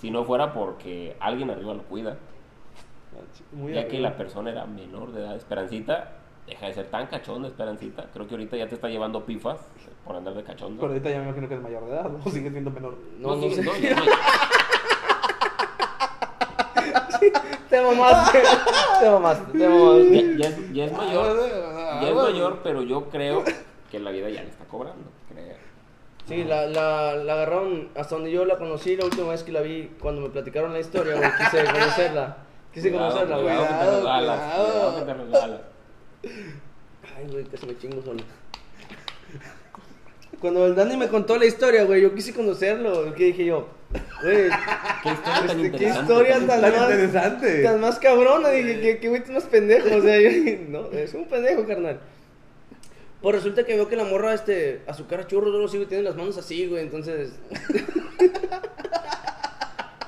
Si no fuera porque alguien arriba lo cuida. Muy ya que arriba. la persona era menor de edad. Esperancita, deja de ser tan cachonda, Esperancita. Creo que ahorita ya te está llevando pifas por andar de cachondo. Pero ahorita ya me imagino que es mayor de edad, ¿no? Sigue siendo menor. No, no, sí, sé. ya no. (laughs) Te mamaste. te mamaste. Te Ya- mamaste. ya es- ya es mayor. Ya es mayor, pero yo creo que la vida ya le está cobrando. creo. Sí, la, la, la agarraron hasta donde yo la conocí la última vez que la vi cuando me platicaron la historia, güey. (laughs) Quise conocerla. Quise conocerla, güey. cuidado, que te Cuidado, resbalas, cuidado. cuidado que te resbalas. Ay, güey, casi me chingo solo. Cuando el Dani me contó la historia, güey, yo quise conocerlo. ¿Qué dije yo? (laughs) Güey, Qué historia tan Este, interesante. qué historia tan, Tan más, interesante. tan más cabrona. Dije, que, que güey, tú más pendejo. O sea, yo dije, no, es un pendejo, carnal. Pues resulta que veo que la morra, este, a su cara churro, luego sí, güey, tiene las manos así, güey, entonces...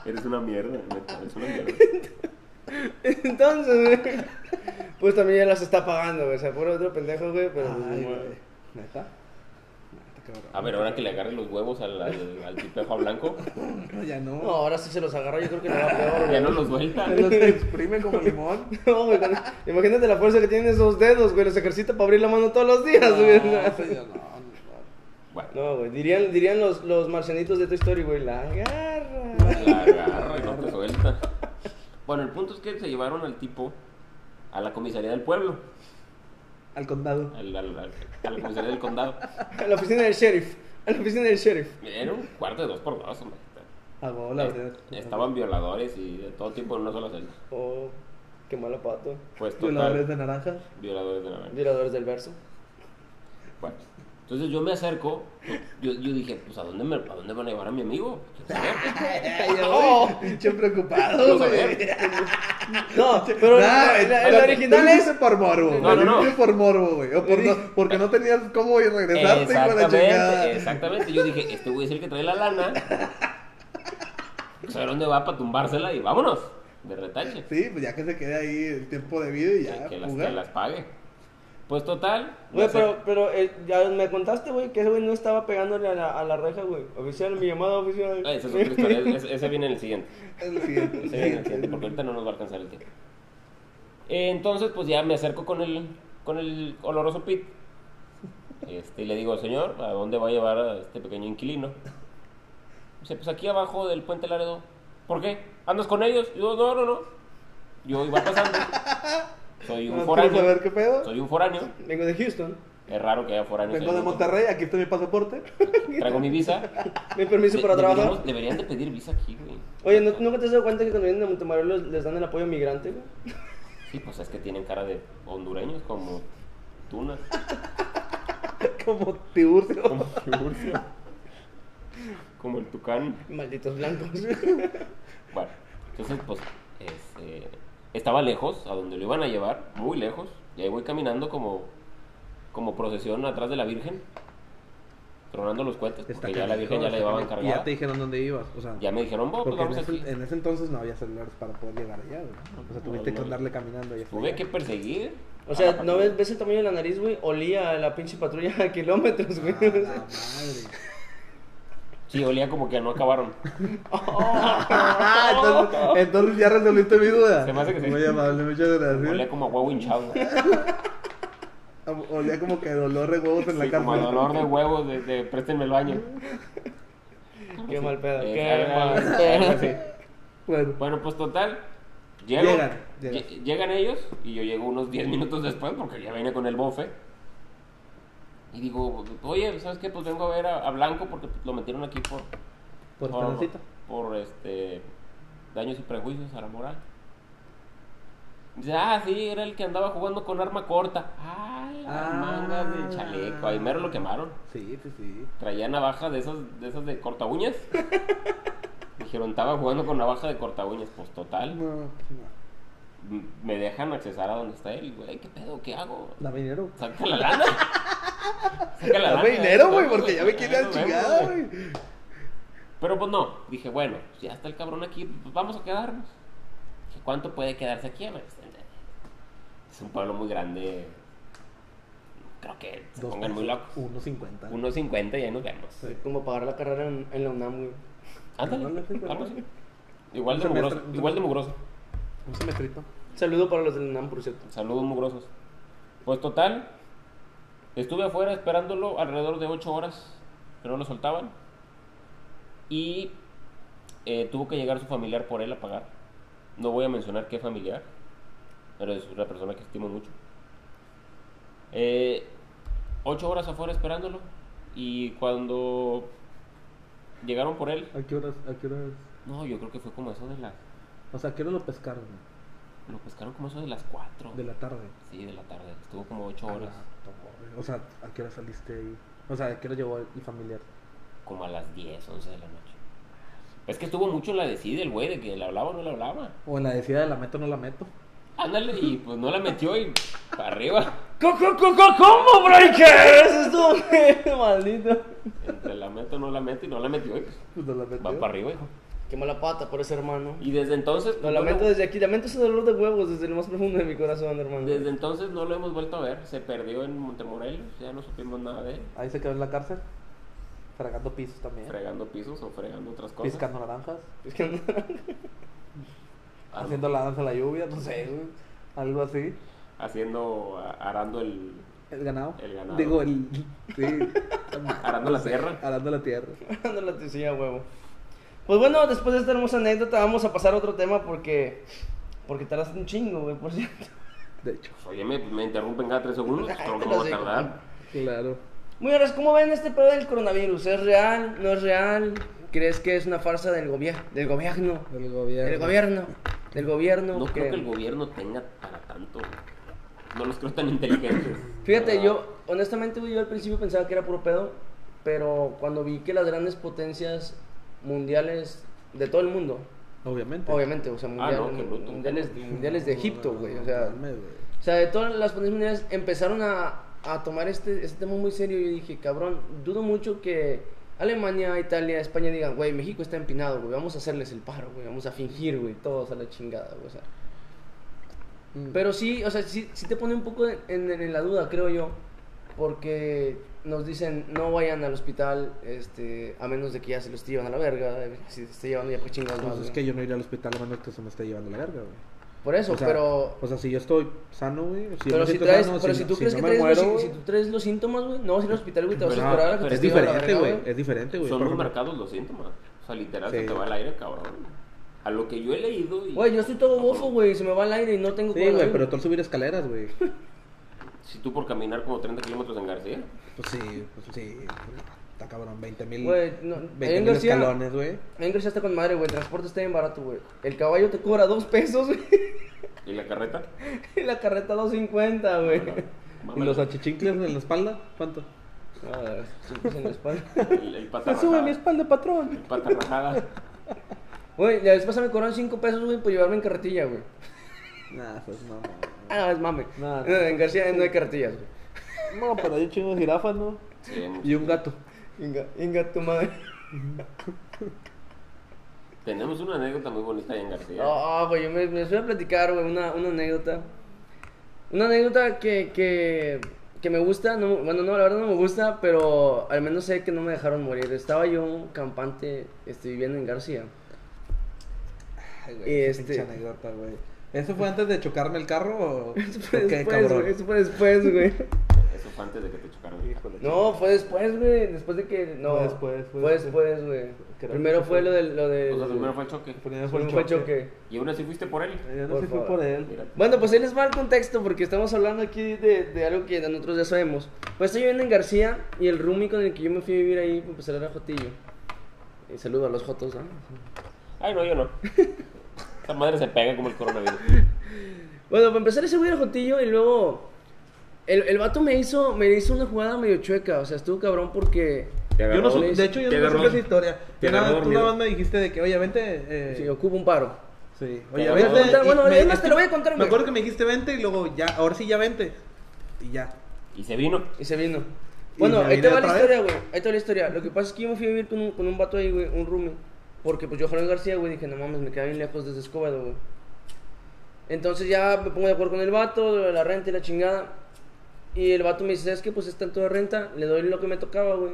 Eres una mierda, neta, eres una mierda. entonces, güey, pues también ya las está pagando, güey, o sea, por otro pendejo, güey, pero... pues, Ay, ni modo. güey. ¿Neta? Neta, cabrón. A ver, ahora que le agarre los huevos al, al, al tipejo a blanco, No, ya no. No, ahora sí se los agarra, yo creo que le va peor, güey. (laughs) ya no los suelta. Te los exprime como limón. No, güey, con- imagínate la fuerza que tienen esos dedos, güey, los ejercita para abrir la mano todos los días, güey. o sea. eso pues ya no, no. Bueno, No, güey, dirían, dirían los, los marcianitos de Toy Story, güey, la agarra. la agarra y no te suelta. Bueno, el punto es que se llevaron al tipo a la comisaría del pueblo, Al condado. al- al- al- a la comisaría del condado. A la oficina del sheriff, a la oficina del sheriff. Era un cuarto de dos por dos, hombre. A huevo, Ah, la verdad. Estaban violadores y de todo tipo en una sola celda. Oh, qué mala pato. Pues total, Violadores de naranja. violadores de naranja. Violadores del (laughs) verso. Bueno, entonces yo me acerco, pues, yo, yo dije, pues ¿a dónde, me, ¿a dónde van a llevar a mi amigo? Pues, Oh. Pinche preocupado, Lo güey. saber. No, pero Nah, el, el- a el ver, original tú lo es. hiciste por morbo, No, güey. no, No, no. por morbo, güey. O por Sí. (laughs) no, porque no tenías cómo (laughs) regresarte con la Exactamente, chingada. exactamente. Yo dije, este güey es el que trae la lana. Saber dónde va para tumbársela y vámonos, de retache. Sí, pues ya que se quede ahí el tiempo de vida y ya, que, las, fuga. que las pague. Pues total. Güey, me pero, pero eh, ya me contaste, güey, que ese güey no estaba pegándole a la, a la reja, güey. Oficial, mi llamada oficial. acerco- Ah, (laughs) Esa es otra historia, es- es- ese viene en el siguiente. El siguiente, Ese viene en el el siguiente. siguiente, porque ahorita no nos va a alcanzar el tiempo. Eh, Entonces, pues ya me acerco con el, con el oloroso Pit. Este, y le digo, señor, ¿a dónde va a llevar a este pequeño inquilino? Dice, pues aquí abajo del puente Laredo. ¿Por qué? ¿Andas con ellos? Yo, no, no, no. Yo iba pasando. Soy un Vamos a foráneo. ver qué pedo. Soy un foráneo. Vengo de Houston. Es raro que haya foráneos. en Vengo el de mundo. Monterrey, aquí está mi pasaporte. (laughs) Traigo mi visa. Mi permiso De- para deberíamos- trabajar. Deberían de pedir visa aquí, güey. Oye, ¿no, ¿nunca te has dado cuenta que cuando vienen de Montemayor les, les dan el apoyo migrante, güey? Sí, pues es que tienen cara de hondureños como tunas. Como Tiburcio. Como Tiburcio. Como el tucán. Malditos blancos. (laughs) Bueno, entonces pues este, estaba lejos, a donde lo iban a llevar, muy lejos. Y ahí voy caminando como, como procesión atrás de la Virgen, tronando los cohetes, porque ya la Virgen ya la llevaban Y ya cargada. te dijeron dónde ibas. O sea, Ya me dijeron, "Bueno, pues porque en vamos ese, aquí. en ese entonces no había celulares para poder llegar allá, güey. O sea, tuviste No, que no. andarle caminando allá. hasta Tuve allá. que perseguir. O a la sea, ¿no patrulla. ves, ves el tamaño de la nariz, güey? Olía a la pinche patrulla a kilómetros, güey. Ah, la madre. Sí, olía como que no acabaron. (laughs) Ah, (laughs) (laughs) entonces, entonces ya resolviste mi duda. Se me hace que sí. Muy amable, muchas Olía gracias. como a (laughs) huevo hinchado. Olía, como que dolor de huevos en la Sí, como el cárcel. dolor de huevos de, de préstenme (laughs) el baño. Qué mal pedo, Eh, qué algo- mal algo pedo. así. Bueno, Bueno, pues total. llego- Llegan, llegan. lle- llegan ellos y yo llego unos 10 minutos después porque ya vine con el bofe. Y digo, oye, ¿sabes qué? Pues vengo a ver a, a Blanco porque lo metieron aquí por, por tardecito. por, este daños y prejuicios a la moral. Dice, ah, sí, era el que andaba jugando con arma corta. Ah, las Ah. mangas de chaleco. Ahí mero lo quemaron. Sí, sí, sí. Traía navaja de esas de, esas de corta (laughs) uñas. Dijeron, estaba jugando con navaja de corta uñas. Pues total, No, no. m- me dejan accesar a donde está él. Y, Güey, ¿qué pedo? ¿Qué hago? Dame dinero. Saca la (laughs) lana. Saca la lana. Dame dinero, güey, Vamos, porque ya me quiere nos al vemos, chingada, güey. güey. Pero pues no, dije, bueno, ya está el cabrón aquí, pues vamos a quedarnos. Dije, ¿cuánto puede quedarse aquí? Pues, Es un pueblo muy grande. Creo que se Dos pongan muy pesos, locos. 1.50. 1.50 y ahí nos vemos. Sí. Como pagar la carrera en, en la UNAM, güey. Ándale, Ándale, sí, algo así. ándale. Igual de Un semestre, mugroso. un Igual de semestre. mugroso. Un semestrito. Saludo para los de la UNAM, por cierto. Saludos mugrosos. Pues total, estuve afuera esperándolo alrededor de 8 horas, que no lo soltaban. Y eh, tuvo que llegar su familiar por él a pagar. No voy a mencionar qué familiar, pero es una persona que estimo mucho. Eh, ocho horas afuera esperándolo y cuando llegaron por él, ¿A qué horas? ¿A qué horas? no, yo creo que fue como eso de las... O sea, ¿a qué hora lo pescaron? güey? Lo pescaron como eso de las 4. De la tarde. Sí, de la tarde. Estuvo como 8 horas. A la torre. O sea, ¿a qué hora saliste ahí? O sea, ¿a qué hora llegó el familiar? como a las 10, 11 de la noche. Es que estuvo mucho en la decide el güey de que le hablaba o no le hablaba. O en la decida de la meto no la meto. Ándale, y pues no la metió y Arriba, ¿Cómo, cómo, Breakers? Esto, güey, maldito. entre la meta no la meta y no la metió, y pues, Pues no la va metió. para arriba, hijo. Qué mala pata por ese hermano. Y desde entonces, Lo pues, no lamento lo- desde aquí, lamento ese dolor de huevos desde lo más profundo de mi corazón, hermano. desde entonces no lo hemos vuelto a ver. Se perdió en Montemorelos, ya no supimos nada de él. Ahí se quedó en la cárcel. Fregando pisos también. Fregando pisos o fregando otras cosas. Piscando naranjas. Es que (laughs) no- Ar- Haciendo la danza de la lluvia. No sé, güey. Algo así. haciendo, a- arando el, El ganado. El ganado. Digo, el. Sí. arando la tierra. Arando la tierra. Dando la tecilla, huevo. Pues bueno, después de esta hermosa anécdota, vamos a pasar a otro tema porque. Porque tardaste un chingo, güey, por cierto. De hecho. Pues, Oye, me, me interrumpen cada tres segundos, Ay, creo te que lo no va a sé, tardar. Claro. Muy bien, ¿cómo ven este pedo del coronavirus? ¿Es real? ¿No es real? ¿Crees que es una farsa del gobierno? Del gobierno. Del gobierno. Del gobierno. Del gobierno. No creo que- que el gobierno tenga para tanto. No los creo tan inteligentes. Fíjate, Ah, yo, este, honestamente, güey, yo al principio pensaba que era puro pedo, pero cuando vi que las grandes potencias mundiales de todo el mundo, Obviamente. obviamente, o sea, mundial- no, qué bruto. mundiales, mundiales de Egipto, güey, o sea, Mames, güey. o sea, de todas las potencias mundiales empezaron a, a tomar este, este tema muy serio y dije, cabrón, dudo mucho que Alemania, Italia, España digan, güey, México está empinado, güey, vamos a hacerles el paro, güey, vamos a fingir, güey, todos a la chingada, güey, o sea. Mm. Pero sí, o sea, sí, sí te pone un poco en, en- en la duda, creo yo, porque nos dicen no vayan al hospital este, a menos de que ya se los llevan a la verga, eh, si te esté llevando ya pues chingados Pues más, es ¿no? que yo no iré al hospital a menos que se me esté llevando la verga, güey. Por eso, O sea, pero... O sea, si yo estoy sano, güey. Si yo pero me si siento traes, sano, pero si, no- tú crees no que me traes los, muero, Pues si- si tú traes los síntomas, güey, no vas a ir al hospital, güey, te vas a Pero esperar a que no, te pero es esté llevando a la diferente, verga, güey. Es diferente, güey. Son por muy ejemplo. marcados los síntomas. O sea, literal se Sí. te va el aire, cabrón. A lo que yo he leído. y- Güey, yo estoy todo bofo, güey, se me va el aire y no tengo Sí, güey, coronavirus. pero tú al subir escaleras, güey. Si tú por caminar como 30 kilómetros en García. Pues sí, pues sí. Está cabrón, 20 mil. Güey, no, en García- escalones, güey. Ya ingresaste con madre, güey, el transporte está bien barato, güey. El caballo te cobra dos pesos, güey, (laughs) ¿Y la carreta? y la carreta 2.50, güey. Y Mámala. los achichincles en la espalda, ¿cuánto? Ah, chicos en la espalda. El, el pata Se sube rajada. mi espalda, patrón. El pata rajada. Güey, la vez pasada me cobraron 5 pesos, güey, por llevarme en carretilla, güey. Nah, pues no. no. Ah, es mame. No, no. Eh, en García no hay carretillas, güey. No, pero hay un chingo de jirafas, ¿no? Sí, mucho. Y un gato. Inga, inga tu madre. Tenemos una anécdota muy bonita ahí en García. Ah, güey, yo me, me les voy a platicar, güey, una, una anécdota. Una anécdota que, que, que me gusta, no, bueno, no, la verdad no me gusta, pero al menos sé que no me dejaron morir. Estaba yo campante, este, viviendo en García. Ay, Y güey, esa este- pinche anécdota, güey. ¿Eso fue antes de chocarme el (laughs) carro o o qué, Eso fue después, cabrón? güey, eso fue después, güey. Eso fue antes de que te chocaran. Híjole, No, fue después, güey, después de que, no, Fue después, fue fue después. después, güey. Creo Primero que fue fue- lo del, lo O sea, del, primero fue el choque. Primero fue el choque. Y aún así fuiste por él. Yo no Por sé si fue favor. por él. Mira, Bueno, pues él les va el contexto porque estamos hablando aquí de, de algo que nosotros ya sabemos. Pues estoy viviendo en García y el roomie con el que yo me fui a vivir ahí, pues era Jotillo. Y saludo a los Jotos, ¿ah? ¿no? Ay, no, yo no. Esa madre se pega como el coronavirus. Bueno, para empezar ese güey era Jotillo y luego el, el vato me hizo, me hizo una jugada medio chueca, o sea, estuvo cabrón porque... Yo no sé- supe- de hecho, yo Te no agarró- supe esa historia. te Yo nada- agarró tú dormido. nada más me dijiste de que, oye, vente. Eh, Sí, ocupa un paro. sí. Te oye, agarró vente. dormido. y Bueno, me- es más, te lo voy a contar, Me güey. acuerdo que me dijiste vente y luego ya, ahora sí ya vente. Y ya. Y se vino. Y se vino. Y Bueno, me ahí te vine va la otra historia, güey. Ahí te va la historia. Lo que pasa es que yo me fui a vivir con un, con un vato ahí, güey, un roomie. Porque pues yo Jorge García, güey, dije, no mames, me queda bien lejos desde Escobedo, güey. Entonces ya me pongo de acuerdo con el vato, la renta y la chingada. Y el vato me dice, ¿sabes qué? Pues es tanto de renta, le doy lo que me tocaba, güey.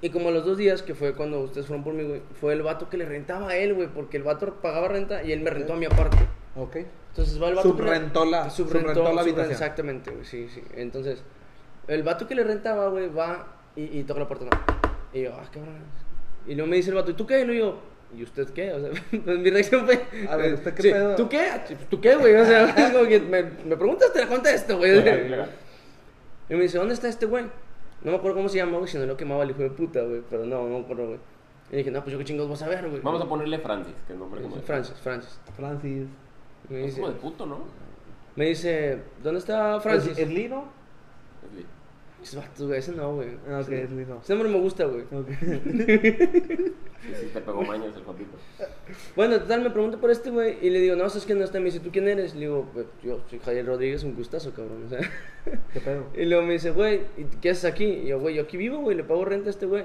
Y como a los dos días, que fue cuando ustedes fueron por mí, güey, fue el vato que le rentaba a él, güey, porque el vato pagaba renta y él me rentó a mi aparte. Ok. Entonces va el vato. que le- Subrentó la- subrentó, subrentó la subren- habitación. Exactamente, güey, sí, sí. Entonces, el vato que le rentaba, güey, va y, y toca la puerta. no. Y yo, ah, cabrón. Y luego me dice el vato, ¿y tú qué? Y luego yo, ¿y usted qué? O sea, (laughs) pues mi reacción fue. A ver, ¿usted qué sí, pedo? ¿Tú qué? Ah, ¿Tú qué, güey? O sea, (laughs) es como que me, me preguntas, te la contesto, güey. Legal, legal. Y me dice, ¿dónde está este güey? No me acuerdo cómo se llama, güey, si no lo quemaba el hijo de puta, güey. Pero no, no me acuerdo, güey. Y dije, no, pues yo qué chingados vas a ver, güey. Vamos a ponerle Francis, que es nombre como de... Francis, Francis. Francis. Y Me Es dice, como de Pues, puto, ¿no? me dice, ¿dónde está Francis? ¿Es, es Lino? Es li- Ese vato, güey, ese no, güey. Ah, ok, Ese- es Lino. Ese nombre me gusta, güey. Ok. Sí, sí, te pegó mañas el papito. Bueno, total, me pregunto por este, güey, y le digo, no, es que no está. Me dice, ¿tú quién eres? Le digo, pues yo soy Javier Rodríguez, un gustazo, cabrón, o sea. (laughs) (laughs) ¿Qué pedo? Y luego me dice, güey, ¿y qué haces aquí? Y yo, güey, yo aquí vivo, güey, le pago renta a este güey.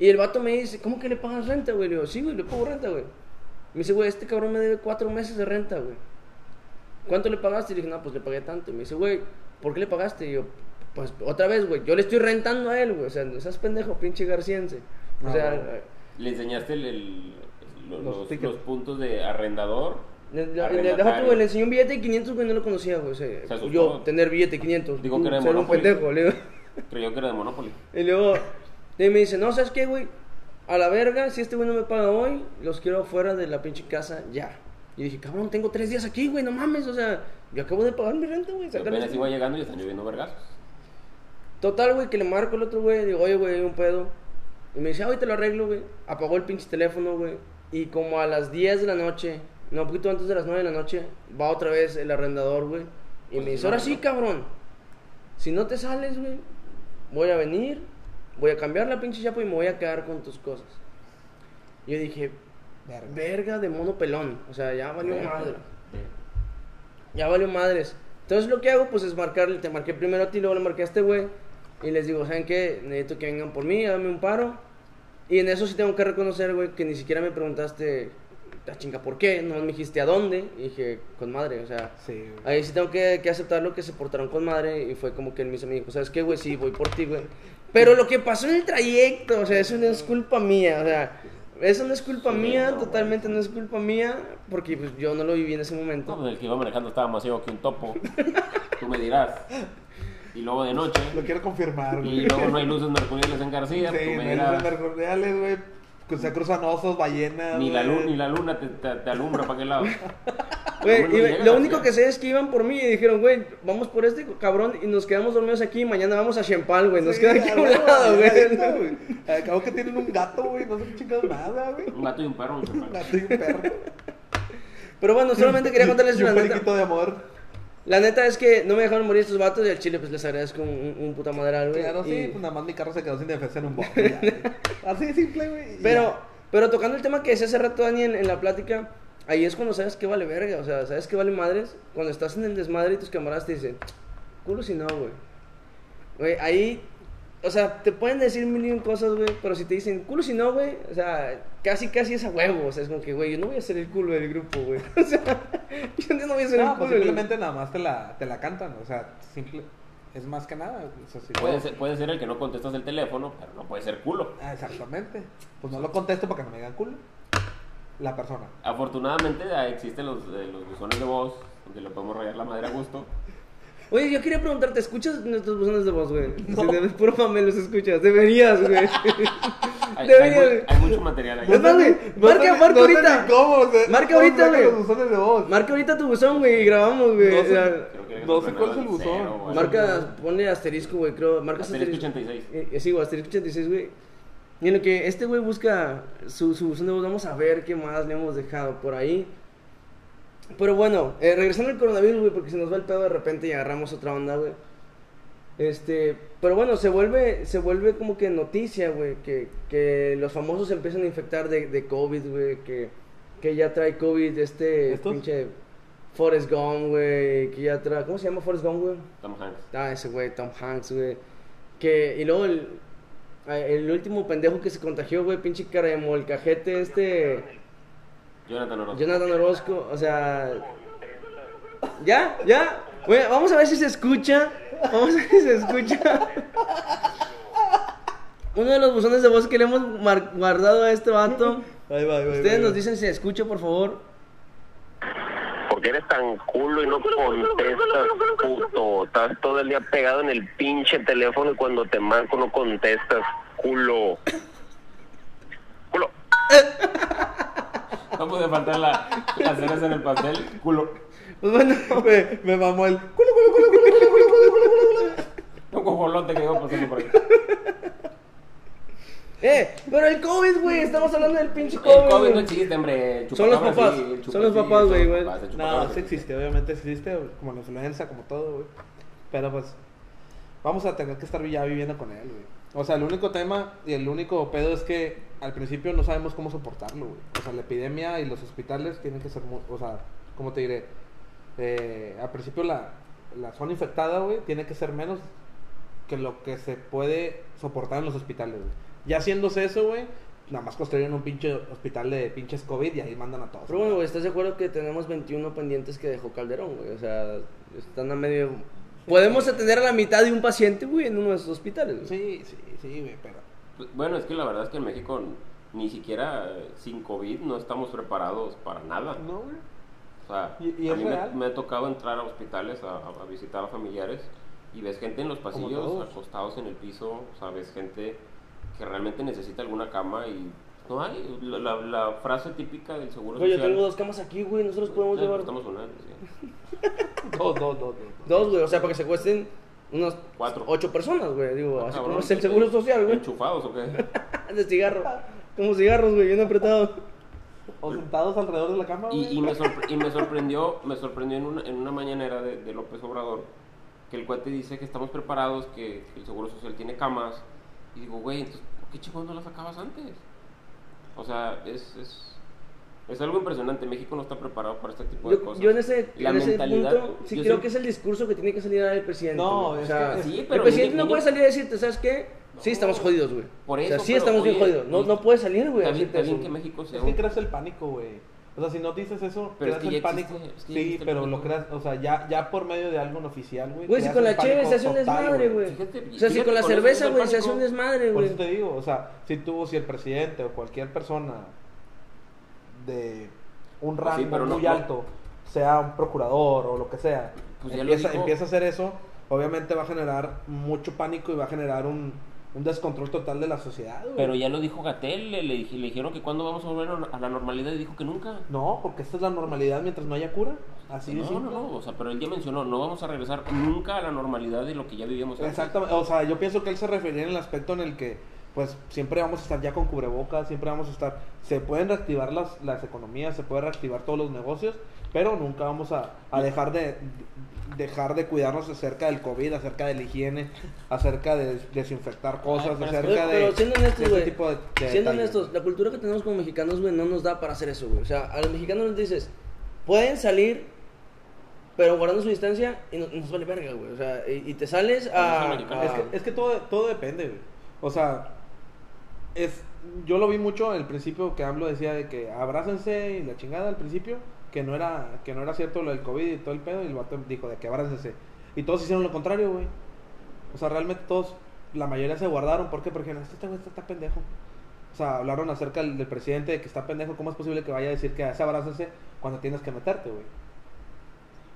Y el vato me dice, ¿cómo que le pagas renta, güey? Le digo, sí, güey, le pago renta, güey. Me dice, güey, este cabrón me debe cuatro meses de renta, güey. ¿Cuánto le pagaste? Y le dije, no, pues le pagué tanto. Y me dice, güey, ¿por qué le pagaste? Y yo, pues otra vez, güey, yo le estoy rentando a él, güey. O sea, no seas pendejo, pinche garciense. O Ah, sea, bueno. Le enseñaste el, el- lo- Los los, tickets. los puntos de arrendador. le, le- le- arrendatario. déjate, güey, le enseñé un billete de 500, güey, no lo conocía, güey. O sea, asustó. yo tener billete de 500. Digo que era de ser un Monopoly. pendejo, le digo. Creyó que era de Monopoly. Y luego y me dice, no, ¿sabes qué, güey? A la verga, si este güey no me paga hoy, los quiero fuera de la pinche casa ya. Y dije, cabrón, tengo tres días aquí, güey, no mames, o sea, yo acabo de pagar mi renta, güey. Y sácale apenas este- iba llegando y están lloviendo vergazos. Total, güey, que le marco al otro güey, digo, oye, güey, hay un pedo. Y me dice, ah, hoy te lo arreglo, güey. Apagó el pinche teléfono, güey. Y como a las 10 de la noche, no, un poquito antes de las 9 de la noche, va otra vez el arrendador, güey. Y Pues me es dice, una ahora sí, cabrón, si no te sales, güey, voy a venir, voy a cambiar la pinche chapa y me voy a quedar con tus cosas. Yo dije, Verga. verga de mono pelón, o sea, ya valió madre. Ya valió madres. Entonces lo que hago pues es marcarle, te marqué primero a ti, luego le marqué a este güey. Y les digo, ¿saben qué? Necesito que vengan por mí, dame un paro. Y en eso sí tengo que reconocer, güey, que ni siquiera me preguntaste, la chinga, ¿por qué? No me dijiste a dónde. Y dije, con madre, o sea, Sí, güey. ahí sí tengo que, que aceptarlo que se portaron con madre. Y fue como que él mismo me dijo, ¿sabes qué, güey? Sí, voy por ti, güey. Pero lo que pasó en el trayecto, o sea, eso no es culpa mía, o sea, eso no es culpa Sí, mía, no, güey. totalmente no es culpa mía, porque pues, yo no lo viví en ese momento. No, pues el que iba manejando estaba más ciego que un (laughs) topo. Tú me dirás. Y luego de noche. Lo quiero confirmar, güey. (laughs) Y luego no hay luces mercuriales en Sí, García. pues, tú me me dirás. los mercuriales, güey. Que se cruzan osos, ballenas. Ni la güey. luna, ni la luna te, te- te alumbra para qué lado. Güey, Bueno, y llega lo la único ciudad. que sé es que iban por mí y dijeron, güey, vamos por este cabrón y nos quedamos dormidos aquí y mañana vamos a Chempal, güey. Nos Sí, quedan aquí a un güey, lado, güey. neta, güey. Acabo que tienen un gato, güey. No sé chingados nada, güey. Un gato y un perro. un Un chaparro. gato y un perro. Pero bueno, solamente (laughs) quería contarles Y un la neta. periquito de amor. La neta es que no me dejaron morir estos vatos y al chile pues les agradezco un, un- un puta madral, güey. Claro, sí, Y- pues nada más mi carro se quedó sin defensa en un bote. (laughs) ya, güey. Así de simple, güey. y Pero, pero tocando el tema que decía hace rato Dani en, en la plática, ahí es cuando sabes que vale verga, o sea, sabes que vale madres. Cuando estás en el desmadre y tus camaradas te dicen, culo si no, güey. Güey, ahí, o sea, te pueden decir mil y un cosas, güey, pero si te dicen, culo si no, güey, o sea, casi, casi es a huevo. O sea, es como que, güey, yo no voy a ser el culo del grupo, güey. (laughs) O sea, yo no voy a ya. ser el No, culo pues del- simplemente nada más te la, te la cantan. O sea, simple. Es más que nada. güey, O sea, sí, Puede ser, puede ser el que no contestas el teléfono, pero no puede ser culo. Ah, exactamente. Pues no lo contesto para que no me digan culo. La persona. Afortunadamente ah, existen los, eh, los buzones de voz, donde le podemos rayar la madre a gusto. Oye, yo quería preguntarte, ¿escuchas nuestros buzones de voz, güey? Sí, de- puro mamel los escuchas, deberías, (laughs) güey. Hay, hay Deberías, mu- güey. hay mucho material ahí. Es más, güey, marca- sé- marca no sé ni ahorita. cómo, o sea, Marca no ahorita, saca güey. los buzones de voz. Marca ahorita tu buzón, güey, y grabamos, güey. No o sea, sé. Creo que No sé cuál es el Fernando buzón. Cero o algo. Marca, ponle asterisco, güey, creo. Marca Eh, Asterisco 86. sí, güey, asterisco 86, güey. Y en lo que este güey busca su, su buzón de voz, vamos a ver qué más le hemos dejado por ahí. Pero bueno, eh, regresando al coronavirus, güey, porque se nos va el pedo de repente y agarramos otra onda, güey. Este, pero bueno, se vuelve, se vuelve como que noticia, güey, que, que los famosos se empiezan a infectar de, de COVID, güey, que, que ya trae COVID este ¿Estos? pinche Forrest Gump, güey, que ya trae, ¿cómo se llama Forrest Gump, güey? Tom Hanks. Ah, ese güey, Tom Hanks, güey. Que, y luego el, el último pendejo que se contagió, güey, pinche cara de molcajete, este, Jonathan Orozco. Jonathan Orozco, o sea... ¿Ya? ¿Ya? Güey, vamos a ver si se escucha, vamos a ver si se escucha. Uno de los buzones de voz que le hemos mar- guardado a este vato. Ahí va, ahí va, ahí va, Ustedes ahí nos va. dicen si se escucha, por favor. Porque eres tan culo y no contestas, puto? Estás todo el día pegado en el pinche teléfono y cuando te marco no contestas, (coughs) culo. Culo. No puede faltar la, la cereza en el pastel. Culo. Pues bueno, Güey, me mamó el culo, culo, culo, culo, culo, culo, culo, culo, culo, culo. Un cojolote que iba pasando por ahí. eh, pero el COVID, güey, estamos hablando del pinche COVID. El COVID no güey. existe, hombre. Son los Chupacabras papás, sí, el chupa- son los sí, papás, son güey, los güey. papás, el No, chupacabras sí existe, obviamente existe, güey, como la influenza, como todo, güey. Pero pues, vamos a tener que estar ya viviendo con él, güey. O sea, el único tema y el único pedo es que al principio no sabemos cómo soportarlo, güey. O sea, la epidemia y los hospitales tienen que ser, mu- o sea, ¿cómo te diré? Eh, al principio la, la zona infectada, güey, tiene que ser menos que lo que se puede soportar en los hospitales, güey. Ya haciéndose eso, güey, nada más construyen un pinche hospital de pinches COVID y ahí mandan a todos. Pero bueno, güey, ¿estás de acuerdo que tenemos 21 pendientes que dejó Calderón, güey? O sea, están a medio... Podemos atender a la mitad de un paciente, güey, en uno de esos hospitales, güey. Sí, sí, sí, güey, pero... Bueno, es que la verdad es que en México ni siquiera eh, sin COVID no estamos preparados para nada. No, güey. O sea, Y- y a es mí me- real. Me, ha tocado entrar a hospitales a, a- a visitar a familiares y ves gente en los pasillos todos. acostados en el piso, o sea, ves gente que realmente necesita alguna cama y no hay. La, la- la frase típica del seguro Güey, yo social. tengo dos camas aquí, güey, nosotros podemos Eh, llevar Estamos una, sí. Dos, dos, dos, dos. dos, güey, o sea, para que se cuesten unos Cuatro. ocho personas, güey, digo, así Ah, Cabrón, como es el seguro social, güey, ¿Enchufados o (laughs) qué? de cigarro, como cigarros, güey, bien apretado. O sentados alrededor de la cama, Y, güey. y me, sorpre- y me sorprendió, me sorprendió en una, en una mañanera de, de López Obrador que el cuate dice que estamos preparados, que, que el Seguro Social tiene camas. Y digo, güey, entonces, ¿por qué chicos no las sacabas antes? O sea, es, es, es algo impresionante. México no está preparado para este tipo de Yo, cosas. yo en ese, La en ese mentalidad- punto, sí yo creo sí- que es el discurso que tiene que salir el presidente. No, güey. es que- Sí, el pero presidente mínimo- no puede salir a decirte, ¿sabes qué? Sí, No. estamos jodidos, güey. Por o sea, eso, sí, pero, estamos bien oye, jodidos. No, no puede salir, güey. Está a bien, decirte está bien eso. que México sea Es que un- creas el pánico, güey. O sea, si no dices eso, Pero es creas que el ya pánico. existe, es que ya sí, existe el pero lo pánico. creas, o sea, ya, ya por medio de algo no oficial, güey. Güey, si creas con la el cheve pánico se hace un total, desmadre, güey. güey. Fíjate, O sea, si fíjate, con la con eso cerveza, del güey, se hace pánico. un desmadre, Por güey. eso te digo, o sea, si tú, si el presidente o cualquier persona de un Pues rango sí, pero no- muy no. alto, sea un procurador o lo que sea, Pues ya lo empieza, dijo. empieza a hacer eso, obviamente va a generar mucho pánico y va a generar un, un descontrol total de la sociedad, güey. Pero ya lo dijo Gatel, le, le, dij- le dijeron que cuando vamos a volver a la- a la normalidad y dijo que nunca. No, porque esta es la normalidad mientras no haya cura. Así no, de no, simple. no, o sea, pero él ya mencionó, no vamos a regresar nunca a la normalidad de lo que ya vivíamos antes. Exactamente, o sea, yo pienso que él se refería en el aspecto en el que, pues, siempre vamos a estar ya con cubrebocas, siempre vamos a estar, se pueden reactivar las, las economías, se puede reactivar todos los negocios, pero nunca vamos a, a dejar de dejar de cuidarnos acerca del COVID, acerca de la higiene, acerca de desinfectar cosas, pero es que- Pero, acerca de, pero siendo de honestos, ese güey. tipo de- de siendo detalles. honestos, la cultura que tenemos como mexicanos, güey, no nos da para hacer eso, güey. O sea, a los mexicanos les dices, pueden salir, pero guardando su distancia y no- nos vale verga, güey. O sea, y, y te sales los a. americanos. a- Es que, es que todo, todo depende, güey. O sea, es, yo lo vi mucho al principio que AMLO decía de que abrácense y la chingada al principio, que no era, que no era cierto lo del COVID y todo el pedo, y el vato dijo de que abrácense. Y todos hicieron lo contrario, güey. O sea, realmente todos, la mayoría se guardaron. ¿Por qué? Porque dijeron, este güey está, está pendejo. O sea, hablaron acerca del, del presidente de que está pendejo. ¿Cómo es posible que vaya a decir que se abrácense cuando tienes que meterte, güey?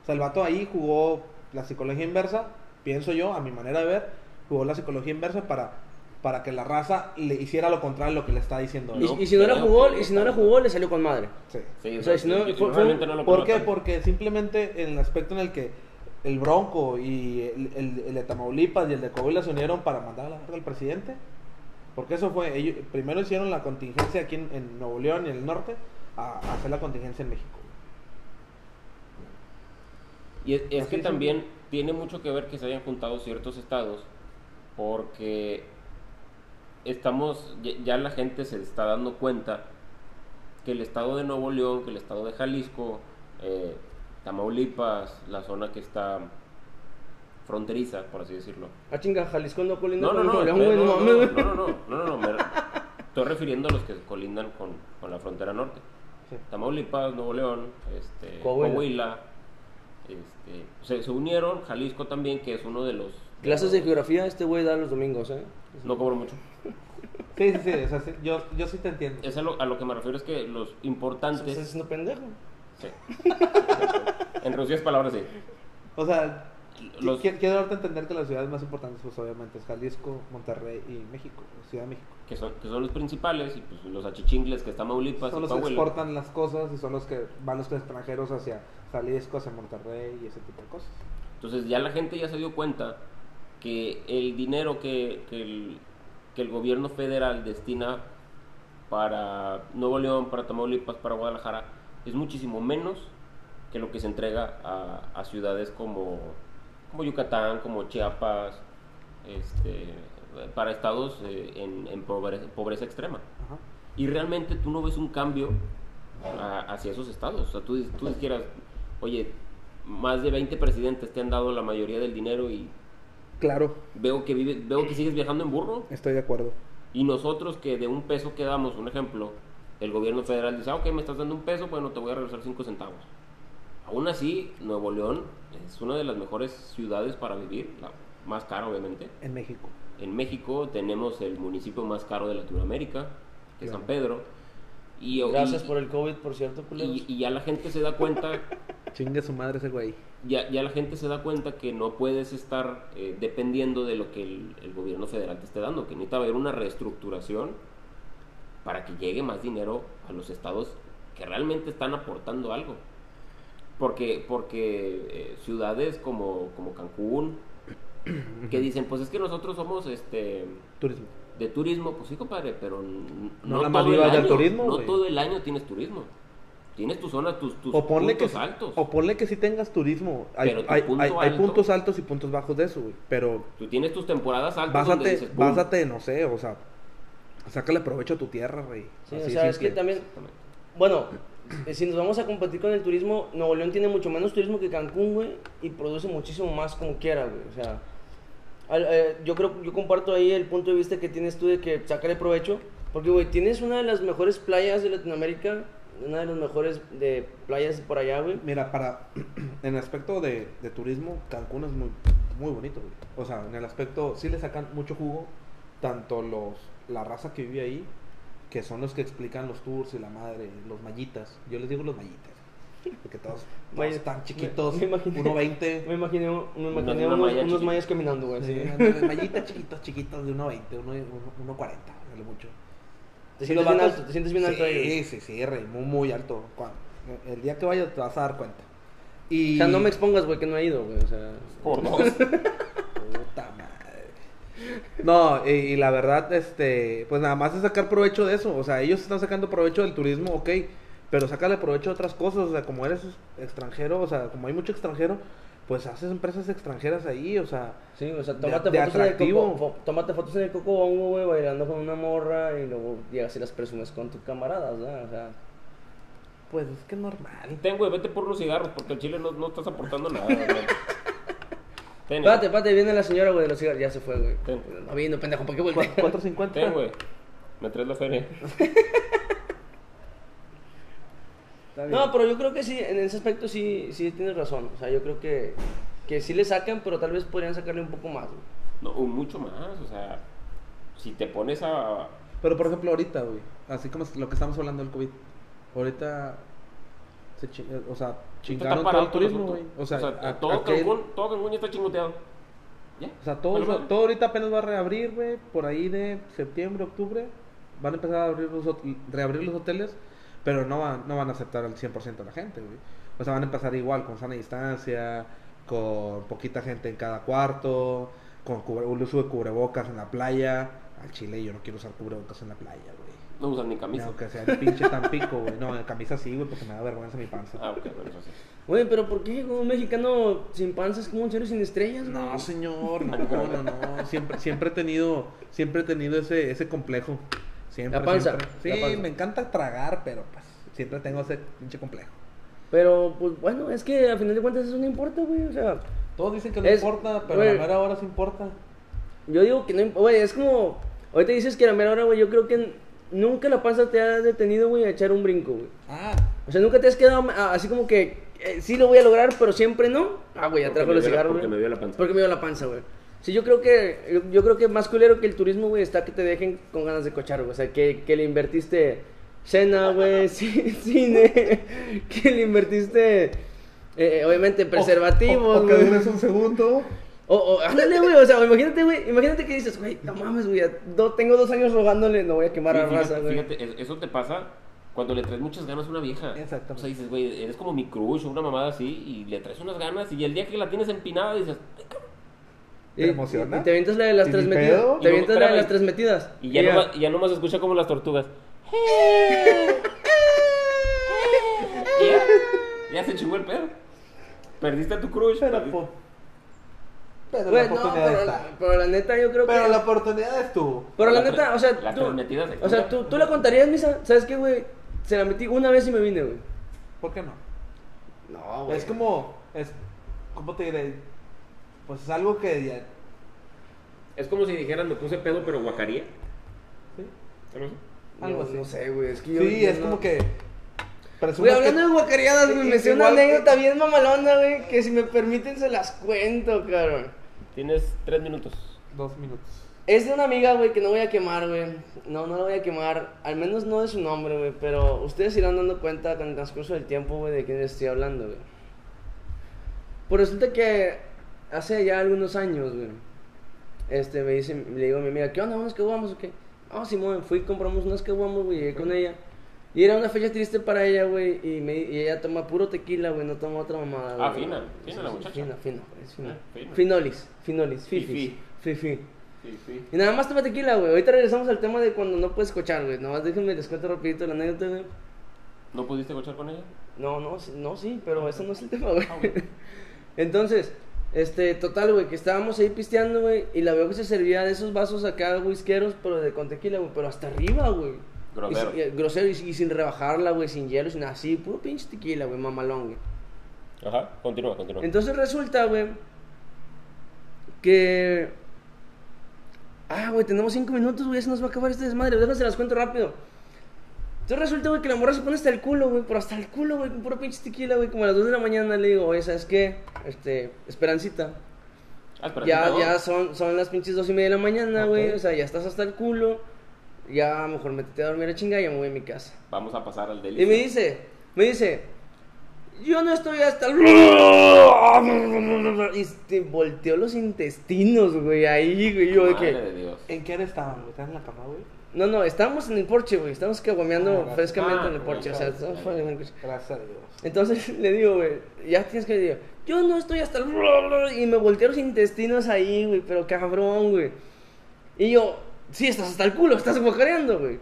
O sea, el vato ahí jugó la psicología inversa, pienso yo, a mi manera de ver, jugó la psicología inversa para, para que la raza le hiciera lo contrario a lo que le está diciendo. y, ¿no? No y si no era creo jugó, que- y si no era jugó, le salió con madre. Sí. Sí, O sea, si no- yo- yo fue- fue- realmente no lo ¿Por conozco. qué? Porque simplemente en el aspecto en el que el Bronco y el, el- el de Tamaulipas y el de Coahuila se unieron para mandar a la verga al presidente. Porque eso fue, ellos primero hicieron la contingencia aquí en, en Nuevo León y en el norte a, a hacer la contingencia en México. Y es, es Así que es, también tiene mucho que ver que se hayan juntado ciertos estados, porque estamos, ya, ya la gente se está dando cuenta que el estado de Nuevo León, que el estado de Jalisco, eh, Tamaulipas, la zona que está fronteriza, por así decirlo, Ah, chinga, Jalisco no colinda No, no, con no, Nuevo León, espera, güey, no no, no, mames, güey. no, no, no, no, no, no, me estoy refiriendo a los que colindan con, con la frontera norte. Sí. Tamaulipas, Nuevo León, este, Coahuila. Coahuila, este, se, se unieron, Jalisco también, que es uno de los... Clases de geografía este güey da los domingos, ¿eh? No cobro mucho. Sí, sí, sí, o sea, sí, yo, yo sí te entiendo. Es a lo, a lo que me refiero es que los importantes... Estás haciendo pendejo. sí. (laughs) en reducidas palabras, sí. O sea, Los- qui- quiero darte a entender que las ciudades más importantes, pues obviamente, es Jalisco, Monterrey y México, Ciudad de México. Que son, que son los principales, y pues los achichingles, que es Tamaulipas son y los que Pues, Coahuila. exportan las cosas y son los que van los extranjeros hacia Jalisco, hacia Monterrey y ese tipo de cosas. Entonces ya la gente ya se dio cuenta que el dinero que, que el, que el gobierno federal destina para Nuevo León, para Tamaulipas, para Guadalajara, es muchísimo menos que lo que se entrega a, a ciudades como, como Yucatán, como Chiapas, este, para estados eh, en, en pobreza, pobreza extrema. Ajá. Y realmente tú no ves un cambio a- hacia esos estados. O sea, tú, tú dijeras, oye, más de 20 presidentes te han dado la mayoría del dinero y Claro, veo que, vive, veo que sigues viajando en burro. estoy de acuerdo. Y nosotros que de un peso que damos, un ejemplo, el gobierno federal dice, ah, ok, me estás dando un peso, bueno, te voy a regresar cinco centavos. Aún así, Nuevo León es una de las mejores ciudades para vivir, la más cara obviamente. En México. En México tenemos el municipio más caro de Latinoamérica, que es San Pedro. Y, Gracias y- por el COVID, por cierto, culeros. y- y ya la gente se da cuenta, Chingue su madre ese güey. ya, ya la gente se da cuenta que no puedes estar eh, dependiendo de lo que el, el gobierno federal te esté dando, que necesita haber una reestructuración para que llegue más dinero a los estados que realmente están aportando algo. Porque, porque eh, ciudades como, como Cancún, que dicen, pues es que nosotros somos este Turismo. de turismo, pues sí, compadre, pero n- no, No nada más todo, el vivas año, del turismo, no güey. todo el año tienes turismo. Tienes tu zona, tus, tus O ponle, que, puntos sí- altos. o ponle que sí tengas turismo. Hay, Pero tu hay- punto hay- hay alto- puntos altos y puntos bajos de eso, güey. Pero Tú tienes tus temporadas altas donde básate, dices, "Pum". básate, no sé, o sea, sácale provecho a tu tierra, güey. Sí, Así o de sea, es que simple. también, bueno, eh, si nos vamos a competir con el turismo, Nuevo León tiene mucho menos turismo que Cancún, güey, y produce muchísimo más como quiera, güey. O sea, al- eh, yo creo, yo comparto ahí el punto de vista que tienes tú de que sacarle provecho, porque, güey, tienes una de las mejores playas de Latinoamérica, una de las mejores de playas por allá, güey. Mira, para. (clears throat) En el aspecto de, de turismo, Cancún es muy, muy bonito, güey. O sea, en el aspecto, sí le sacan mucho jugo, tanto los la raza que vive ahí, que son los que explican los tours y la madre, los mallitas. Yo les digo los mallitas. (laughs) Porque todos, todos Maya- están chiquitos, me imaginé- (laughs) 1.20. Me imaginé, me Una- imaginé una unos, malla unos chiquita. mayas caminando, güey. pues, Sí, así. ándale, mallitas chiquitos, chiquitos de 1.20, 1.40, a lo mucho. Te Y los sientes bien vatos- alto, te sientes bien alto ahí. güey. Sí, sí, sí, rey, muy, muy alto. Cuando- el día que vayas te vas a dar cuenta. Y... O sea, no me expongas, güey, que no he ido, güey. O sea, Por dos. Puta madre. No, y, y la verdad, este, pues nada más es sacar provecho de eso. O sea, ellos están sacando provecho del turismo, ok, pero sácale provecho de otras cosas. O sea, como eres extranjero, o sea, como hay mucho extranjero, pues haces empresas extranjeras ahí, o sea, Sí, o sea, De- tómate, de fotos, en el atractivo. coco, fo- tómate fotos en el coco bongo, güey, bailando con una morra y luego llegas y las presumes con tus camaradas, ¿verdad? O sea, pues es que es normal. (laughs) Ten, güey, vete por unos cigarros porque el chile no, no estás aportando nada. güey. eh. Ten, espérate, espérate, viene la señora, güey, de los cigarros, ya se fue, güey. Ten. No vino, pendejo, ¿para qué Cu- (laughs) volteé? 4.50. ten, güey. Me traes la feria. Está bien. No, pues pero yo creo que sí, en ese aspecto sí, sí tienes razón. O sea, yo creo que, que sí le sacan, pero tal vez podrían sacarle un poco más, güey. No, o mucho más. O sea, si te pones a. Pero por ejemplo, ahorita, güey, así como es lo que estamos hablando del COVID, ahorita, se chi- o sea, pues, está chingaron todo parado el turismo, asunto. güey. O sea, a- todo, aquel- Cancún, todo Cancún ya está chingoteado. Ya. O sea, todo, Vale, madre. todo ahorita apenas va a reabrir, güey. Por ahí de septiembre, octubre. Van a empezar a abrir los hot- reabrir los hoteles. Pero no van, no van a aceptar al 100% a la gente, güey. O sea, van a empezar igual, con sana distancia, con poquita gente en cada cuarto, con cubre, un uso de cubrebocas en la playa. Al Chile yo no quiero usar cubrebocas en la playa, güey. No usan ni camisa. Aunque sea el pinche Tampico, güey. No, en camisa sí, güey, porque me da vergüenza mi panza. Ah, ok, bueno, eso sí. Güey, pero ¿por qué güey, un mexicano sin panzas como un serio sin estrellas, güey? No, señor, no, no, no. Siempre, siempre he tenido, siempre he tenido ese, ese complejo. Siempre, La panza, siempre. Sí, la panza. me encanta tragar, pero pues siempre tengo ese pinche complejo. Pero, pues, bueno, es que a final de cuentas eso no importa, güey, o sea... Todos dicen que no Es- importa, pero a la güey. mera hora sí importa. Yo digo que no, imp- güey, es como, ahorita dices que a la mera hora, güey, yo creo que n- nunca la panza te ha detenido, güey, a echar un brinco, güey. Ah, O sea, nunca te has quedado ma- a- así como que, eh, sí lo voy a lograr, pero siempre no. Ah, güey, Porque atrajo me los vio la- cigarros, porque güey. me vio la panza. Porque me vio la panza, güey. Sí, yo creo que, yo, yo creo que más culero que el turismo, güey, está que te dejen con ganas de cochar, güey. O sea, que, que le invertiste cena, güey, (laughs) ci- cine, (laughs) que le invertiste, eh, obviamente, preservativos, O, que güey. dures un segundo. O, o, ándale, güey, o sea, imagínate, güey, imagínate que dices, güey, no mames, güey, ya do- tengo dos años rogándole, no voy a quemar Sí, a fíjate, raza, güey. fíjate, es- eso te pasa cuando le traes muchas ganas a una vieja. Exactamente. O sea, dices, güey, eres como mi crush o una mamada así y le traes unas ganas y el día que la tienes empinada dices, Y, Te emociona. y te avientas la de las ¿Y tres ni metidas. pedo? Te avientas la de Y las luego, tres metidas. y ya, no Nomás, y ya nomás escucha como (laughs) las tortugas. Eh, Y ya, ya se chingó el pedo. Perdiste a tu crush. Pero, pues. perdiste- po- pero, Pero Güey, la no, oportunidad pero, está. la- pero la neta yo creo Pero que... la oportunidad estuvo. Pero la La neta, tra- o sea, la tú, transmitida de o sea, cura. tú, tú la contarías, misa. ¿Sabes qué, güey? Se la metí una vez y me vine, güey. ¿Por qué no? No, Es como. Es, ¿Cómo te diré? Pues es algo que ya. Es como si dijeran, me puse pedo, pero guacaría. ¿sí? ¿Algo así? algo no, así. No sé, güey. Es que yo. Sí, yo es no- como que. Güey, presumes hablando que- de guacareadas, güey, me sé una Igual que- anécdota bien mamalona, güey, que si me permiten se las cuento, cabrón. Tienes tres minutos. Dos minutos. Es de una amiga, güey, que no voy a quemar, güey. No, no la voy a quemar. Al menos no de su nombre, güey. Pero ustedes irán dando cuenta con el transcurso del tiempo, güey, de quién estoy hablando, güey. Pues resulta que hace ya algunos años, güey. Este, me dice, le digo a mi amiga, ¿qué onda? ¿Unas caguamas o qué? Ah, Simón, fui, compramos unas caguamas, güey, llegué con ella. Y era una fecha triste para ella, güey, y, me- y ella toma puro tequila, güey, no toma otra mamada, Ah, güey. fina, fina la muchacha. Fina, fina, es fina. Ah, fina. Finolis, finolis, fifis, Fifi. fifi. Sí, sí. Y nada más toma tequila, güey. Ahorita regresamos al tema de cuando no puedes cochar, güey. Nada más déjenme les cuento rapidito la anécdota, güey. ¿No pudiste cochar con ella? No, no, sí- no, sí, pero eso no es el tema, güey. Ah, bueno. (laughs) Entonces, este, total, güey, que estábamos ahí pisteando, güey. Y la veo que se servía de esos vasos acá, whiskeros, pero de con tequila, güey. Pero hasta arriba, güey. Grosero. Y sin- y- grosero y, y sin rebajarla, güey, sin hielo, sin nada así. Puro pinche tequila, güey, mamalón, güey. Ajá, continúa, continúa. Entonces resulta, güey, que. Ah, güey, tenemos cinco minutos, güey, ya se nos va a acabar este desmadre. Déjense las cuento rápido. Entonces resulta, güey, que la morra se pone hasta el culo, güey, pero hasta el culo, güey, con puro pinche tequila, güey, como a las 2 de la mañana le digo, oye, ¿sabes qué? Este, Esperancita, Ah, espera, ya, ¿no? ya son, son las pinches dos y media de la mañana, güey, Ok. o sea, ya estás hasta el culo, ya mejor métete a dormir a chinga y ya me voy a mi casa. Vamos a pasar al delito. Y me dice, me dice, yo no estoy hasta el... Ah, Y este, volteó los intestinos, güey, ahí, güey, yo de Madre de que... Dios. ¿En qué hora estaban, güey? ¿Estaban en la cama, güey? No, no, estamos en el porche, güey, estamos caguameando Ah, frescamente ah, en el porche, o sea, claro, estamos claro. fuera de- Gracias a Dios. Entonces (laughs) le digo, güey, ya tienes que decir, yo no estoy hasta el... Y me volteó los intestinos ahí, güey, pero cabrón, güey. Y yo, sí, estás hasta el culo, estás guacareando, güey.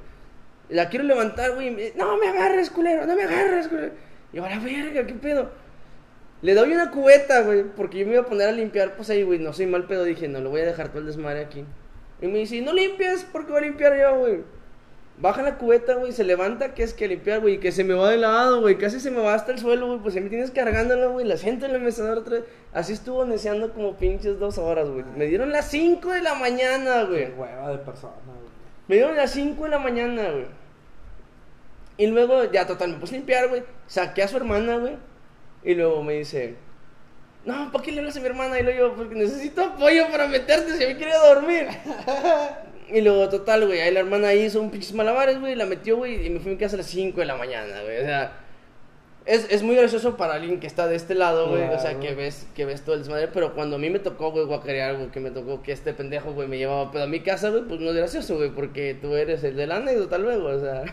La quiero levantar, güey. y me- No me agarres, culero, no me agarres, culero. Y yo, a la verga, qué pedo. Le doy una cubeta, güey, porque yo me iba a poner a limpiar, pues ahí, güey, no soy mal pedo. Dije, no, lo voy a dejar todo el desmadre aquí. Y me dice, no limpies, porque voy a limpiar yo, güey. Baja la cubeta, güey, se levanta, que es que limpiar, güey, que se me va de lado, güey, casi se me va hasta el suelo, güey, pues ahí me tienes cargándola, güey, la siento en la mesadora otra vez. Así estuvo neceando como pinches dos horas, güey. Me dieron las 5 de la mañana, güey. Qué hueva de persona, güey. Me dieron las 5 de la mañana, güey. Y luego, ya total, me puse a limpiar, güey. Saqué a su hermana, güey. Y luego me dice, no, ¿para qué le hablas a mi hermana? Y luego yo, porque necesito apoyo para meterte si me quiere dormir. y luego, total, güey, ahí la hermana hizo un pinches malabares, güey. La metió, güey, y me fui a mi casa a las 5 de la mañana, güey. O sea, es, es muy gracioso para alguien que está de este lado, güey. O sea, Claro. que ves, que ves todo el desmadre. Pero cuando a mí me tocó, güey, guacarear algo, que me tocó que este pendejo, güey, me llevaba pedo a mi casa, güey, pues no es gracioso, güey, porque tú eres el de la anécdota luego, o sea.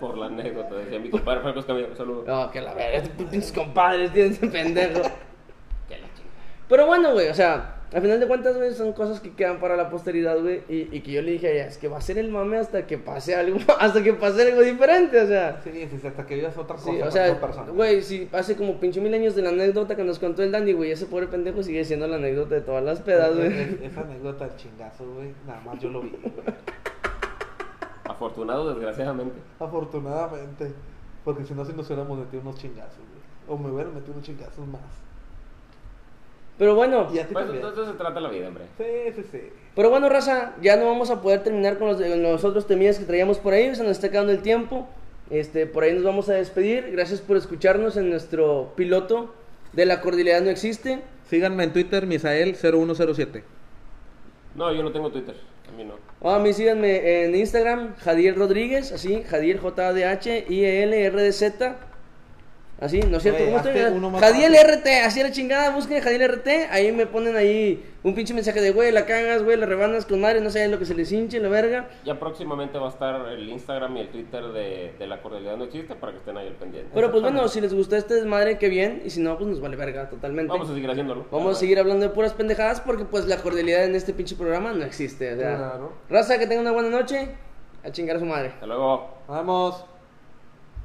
Por la anécdota, decía mi compadre Franco Escamilla, un saludo. No, que la verga, estos pinches compadres tienen ese pendejo. Que la chingada. Pero bueno, güey, o sea, al final de cuentas, güey, son cosas que quedan para la posteridad, güey. Y, y que yo le dije a ella, es que va a ser el mame hasta que pase algo, (laughs) hasta que pase algo diferente, o sea. Sí, sí, sí, hasta que vivas otra cosa. Sí, o con sea, otra persona. güey, si hace como pinche mil años de la anécdota que nos contó el Dandy, güey, ese pobre pendejo sigue siendo la anécdota de todas las pedas, Es- güey. es- Esa anécdota del chingazo, güey. Nada más yo lo vi, güey. Afortunado, desgraciadamente. Afortunadamente. Porque si no, si nos hubiéramos metido unos chingazos, güey. O me hubieran metido unos chingazos más. Pero bueno, Y a ti Pues también. entonces se trata la vida, hombre. Sí, sí, sí. pero bueno, raza, ya no vamos a poder terminar con los, de- los otros temidas que traíamos por ahí, se nos está quedando el tiempo. Este, por ahí nos vamos a despedir. Gracias por escucharnos en nuestro piloto de La Cordialidad No Existe. Síganme en Twitter, Misael0107. No, yo no tengo Twitter. A mí no. O Ah, a mí síganme en Instagram, Jadiel Rodríguez, así, Jadiel E J-A-D-H-I-E-L-R-D-Z. Así, ¿no es cierto? Oye, ¿Cómo estoy? hazte uno más Jadiel fácil. RT, así la chingada, busquen Jadiel RT, ahí me ponen ahí un pinche mensaje de, güey, la cagas, güey, la rebanas con madre, no sé lo que se les hinche, la verga. Ya próximamente va a estar el Instagram y el Twitter de, de la cordialidad no existe para que estén ahí al pendiente. Pero pues bueno, si les gustó este desmadre, qué bien, y si no, pues nos vale verga totalmente. Vamos a seguir haciéndolo. Vamos a seguir hablando de puras pendejadas porque pues la cordialidad en este pinche programa no existe. o sea. Claro. Raza, que tengan una buena noche, a chingar a su madre. Hasta luego. Vamos.